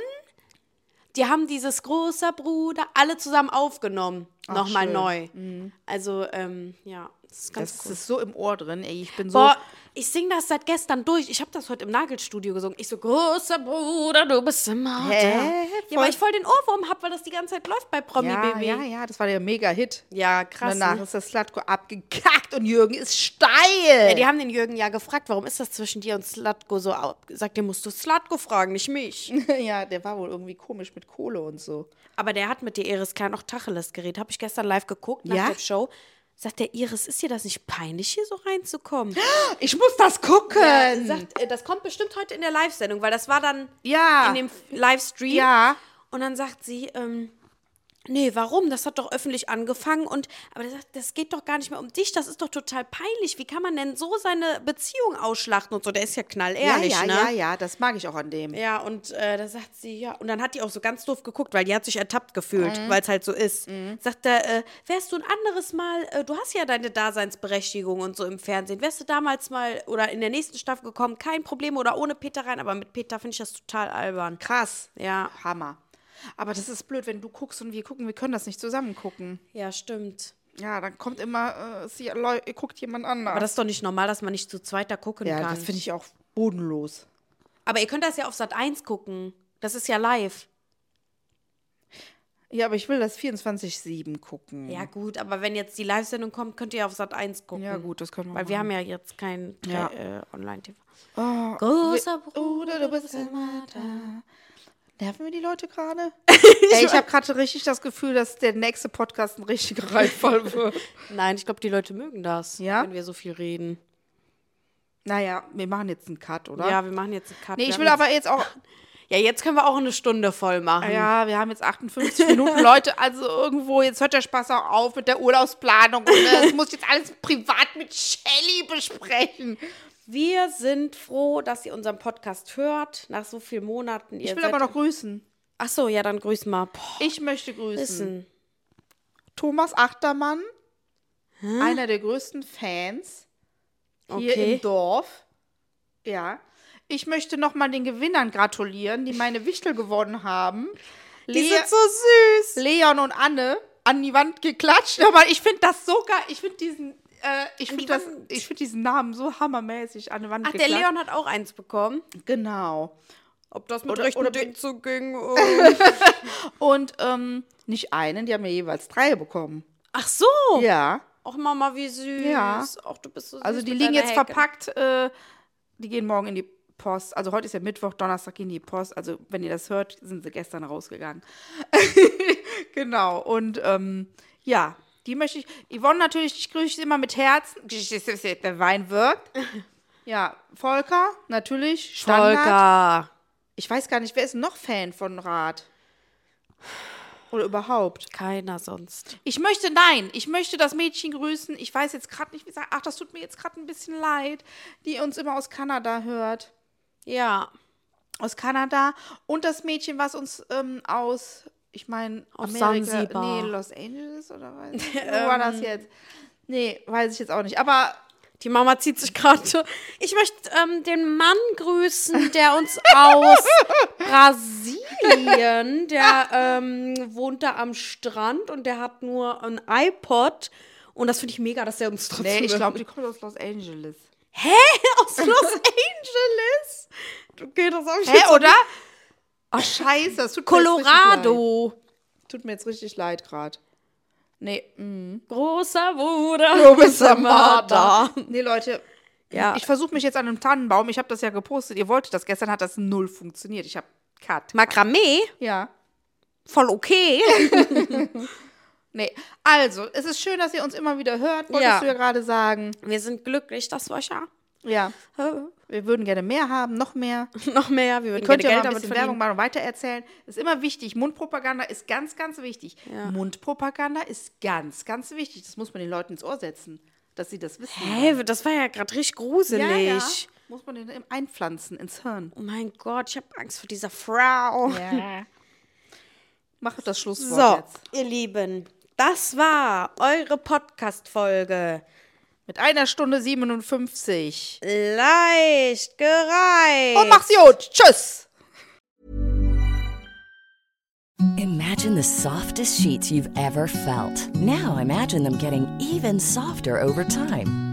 Speaker 2: die haben dieses großer Bruder alle zusammen aufgenommen. Nochmal
Speaker 3: schön. Mhm.
Speaker 2: neu. Also, ähm, ja, das ist ganz
Speaker 3: Das
Speaker 2: cool.
Speaker 3: ist so im Ohr drin, ey. Ich bin so.
Speaker 2: Boah, ich singe das seit gestern durch. Ich habe das heute im Nagelstudio gesungen. Ich so, großer Bruder, du bist immer da.
Speaker 3: Hä?
Speaker 2: Ja, weil ich voll den Ohrwurm habe, weil das die ganze Zeit läuft bei Promi
Speaker 3: ja,
Speaker 2: Baby.
Speaker 3: ja, ja, das war der Mega-Hit.
Speaker 2: Ja, krass.
Speaker 3: Danach
Speaker 2: Ne?
Speaker 3: ist das Slatko abgekackt und Jürgen ist steil.
Speaker 2: Ja, Äh, die haben den Jürgen ja gefragt, warum ist das zwischen dir und Slatko so ab? Sagt, dir musst du Slatko fragen, nicht mich.
Speaker 3: ja, der war wohl irgendwie komisch mit Kohle und so.
Speaker 2: Aber der hat mit der Iris Klein auch Tacheles geredet. Habe ich gestern live geguckt nach
Speaker 3: Ja?
Speaker 2: der Show. Sagt der Iris, ist dir das nicht peinlich, hier so reinzukommen?
Speaker 3: Ich muss das gucken.
Speaker 2: Äh, sagt, äh, das kommt bestimmt heute in der Live-Sendung, weil das war dann
Speaker 3: Ja.
Speaker 2: in dem F- Livestream.
Speaker 3: Ja.
Speaker 2: Und dann sagt sie, ähm, nee, warum? Das hat doch öffentlich angefangen. Und aber der sagt, das geht doch gar nicht mehr um dich. Das ist doch total peinlich. Wie kann man denn so seine Beziehung ausschlachten und so? Der ist ja knallehrlich,
Speaker 3: ja, ja,
Speaker 2: ne?
Speaker 3: ja, ja, das mag ich auch an dem.
Speaker 2: Ja, und äh, da sagt sie, ja. Und dann hat die auch so ganz doof geguckt, weil die hat sich ertappt gefühlt,
Speaker 3: Mhm.
Speaker 2: weil es halt so ist. Sagt er, äh, wärst du ein anderes Mal, äh, du hast ja deine Daseinsberechtigung und so im Fernsehen. Wärst du damals mal oder in der nächsten Staffel gekommen, kein Problem oder ohne Peter rein, aber mit Peter finde ich das total albern.
Speaker 3: Krass.
Speaker 2: Ja,
Speaker 3: Hammer. Aber das ist blöd, wenn du guckst und wir gucken, wir können das nicht zusammen gucken.
Speaker 2: ja, stimmt.
Speaker 3: Ja, dann kommt immer, äh, sie, Leu- guckt jemand anders.
Speaker 2: Aber das ist doch nicht normal, dass man nicht zu zweit da gucken
Speaker 3: ja,
Speaker 2: kann.
Speaker 3: das finde ich auch bodenlos.
Speaker 2: aber ihr könnt das ja auf Sat 1 gucken. Das ist ja live.
Speaker 3: Ja, aber ich will das 24-7 gucken.
Speaker 2: Ja, gut, aber wenn jetzt die Live-Sendung kommt, könnt ihr auf Sat 1 gucken.
Speaker 3: Ja, gut, das können wir
Speaker 2: Weil wir haben
Speaker 3: machen.
Speaker 2: ja jetzt kein
Speaker 3: Ja.
Speaker 2: äh, Online-TV.
Speaker 3: Oh,
Speaker 2: Großer
Speaker 3: Bruder, du bist immer da. Nerven wir die Leute gerade? Ey, ich habe gerade richtig das Gefühl, dass der nächste Podcast ein richtiger Reitfall wird.
Speaker 2: Nein, ich glaube, die Leute mögen das,
Speaker 3: Ja?
Speaker 2: wenn wir so viel reden.
Speaker 3: naja, wir machen jetzt einen Cut, oder?
Speaker 2: Ja, wir machen jetzt einen Cut.
Speaker 3: nee,
Speaker 2: Wir
Speaker 3: ich
Speaker 2: haben
Speaker 3: will
Speaker 2: jetzt-
Speaker 3: aber jetzt auch. ah
Speaker 2: Ja, jetzt können wir auch eine Stunde voll machen.
Speaker 3: Ja, wir haben jetzt 58 Minuten, Leute. Also irgendwo, jetzt hört der Spaß auch auf mit der Urlaubsplanung. Und, äh, das muss ich jetzt alles privat mit Shelly besprechen.
Speaker 2: Wir sind froh, dass ihr unseren Podcast hört, nach so vielen Monaten. Ihr
Speaker 3: Ich will
Speaker 2: seid-
Speaker 3: aber noch grüßen.
Speaker 2: Ach so, ja, dann grüßen mal. Boah,
Speaker 3: Ich möchte grüßen.
Speaker 2: wissen.
Speaker 3: Thomas Achtermann, einer der größten Fans hier
Speaker 2: Okay.
Speaker 3: im Dorf. Ja. Ich möchte nochmal den Gewinnern gratulieren, die meine Wichtel gewonnen haben.
Speaker 2: Die
Speaker 3: Le-
Speaker 2: sind so süß.
Speaker 3: Leon und Anne an die Wand geklatscht. Aber ich finde das so geil. Ich finde diesen, äh, ich
Speaker 2: die
Speaker 3: finde das,
Speaker 2: Wand.
Speaker 3: ich finde diesen Namen so hammermäßig an die Wand
Speaker 2: Ach, der
Speaker 3: geklatscht.
Speaker 2: Leon hat auch eins bekommen.
Speaker 3: Genau.
Speaker 2: Ob das
Speaker 3: Oder- oder bin-
Speaker 2: zuging?
Speaker 3: Und ähm, nicht einen, die haben ja jeweils drei bekommen.
Speaker 2: Ach so.
Speaker 3: Ja.
Speaker 2: Och, Mama, wie süß.
Speaker 3: Ja.
Speaker 2: Och, du bist so süß.
Speaker 3: Also die
Speaker 2: mit
Speaker 3: liegen
Speaker 2: deiner
Speaker 3: jetzt
Speaker 2: Hecke.
Speaker 3: verpackt. Äh, die gehen morgen in die Post. Also heute ist ja Mittwoch, Donnerstag gehen die Post. Also wenn ihr das hört, sind sie gestern rausgegangen. genau. Und ähm, ja, die möchte ich. Yvonne natürlich, ich grüße sie immer mit Herzen. Der Wein wirkt. Ja, Volker, natürlich. Standard.
Speaker 2: Volker.
Speaker 3: Ich weiß gar nicht, wer ist noch Fan von Rad? Oder überhaupt?
Speaker 2: Keiner sonst.
Speaker 3: Ich möchte, nein, ich möchte das Mädchen grüßen. Ich weiß jetzt gerade nicht, wie gesagt, ach, das tut mir jetzt gerade ein bisschen leid, die uns immer aus Kanada hört.
Speaker 2: Ja.
Speaker 3: Aus Kanada. Und das Mädchen, was uns ähm, aus, ich meine,
Speaker 2: Aus
Speaker 3: Nee,
Speaker 2: Sansibar.
Speaker 3: Los Angeles oder weiß ich. nicht. Wo war
Speaker 2: Ähm.
Speaker 3: das jetzt? Nee, weiß ich jetzt auch nicht. Aber
Speaker 2: Die Mama zieht sich gerade. Ich möchte ähm, den Mann grüßen, der uns aus Brasilien, der ähm, wohnt da am Strand und der hat nur ein iPod. Und das finde ich mega, dass der uns trotzdem.
Speaker 3: nee, ich
Speaker 2: hört.
Speaker 3: glaube, die kommt aus Los Angeles.
Speaker 2: Hä? Aus Los Angeles? Okay, das habe ich
Speaker 3: Hä,
Speaker 2: jetzt Ah,
Speaker 3: oder? Ach, scheiße, das tut mir jetzt richtig leid.
Speaker 2: Colorado.
Speaker 3: Tut mir jetzt richtig leid gerade. Nee, mm.
Speaker 2: Großer Bruder.
Speaker 3: großer Marder. Nee, Leute,
Speaker 2: Ja.
Speaker 3: ich versuche mich jetzt an einem Tannenbaum. Ich habe das ja gepostet. Ihr wolltet das. Gestern hat das null funktioniert. Ich habe Cut.
Speaker 2: Makramee?
Speaker 3: Ja.
Speaker 2: Voll okay.
Speaker 3: Nee. Also, es ist schön, dass ihr uns immer wieder hört, wolltest
Speaker 2: Ja.
Speaker 3: du ja gerade sagen.
Speaker 2: Wir sind glücklich, das war ja.
Speaker 3: Ja.
Speaker 2: Äh,
Speaker 3: Wir würden gerne mehr haben, noch mehr.
Speaker 2: Noch mehr, wir würden
Speaker 3: Ihr könnt
Speaker 2: gerne
Speaker 3: ja mal
Speaker 2: Geld
Speaker 3: ein
Speaker 2: damit
Speaker 3: bisschen
Speaker 2: verdienen.
Speaker 3: Werbung machen und weitererzählen. Ist immer wichtig. Mundpropaganda ist ganz, ganz wichtig. Mundpropaganda ist ganz, ganz wichtig. Das muss man den Leuten ins Ohr setzen, dass sie das wissen.
Speaker 2: Hä, das war ja gerade richtig gruselig.
Speaker 3: Ja, ja. Muss man den einpflanzen ins Hirn.
Speaker 2: Oh mein Gott, ich habe Angst vor dieser Frau.
Speaker 3: Mach das Schlusswort
Speaker 2: So,
Speaker 3: jetzt.
Speaker 2: ihr Lieben, das war eure Podcast-Folge.
Speaker 3: Mit einer Stunde 57.
Speaker 2: Leicht gereiht.
Speaker 3: Und mach's gut. Tschüss.
Speaker 4: Imagine the softest sheets you've ever felt. Now imagine them getting even softer over time.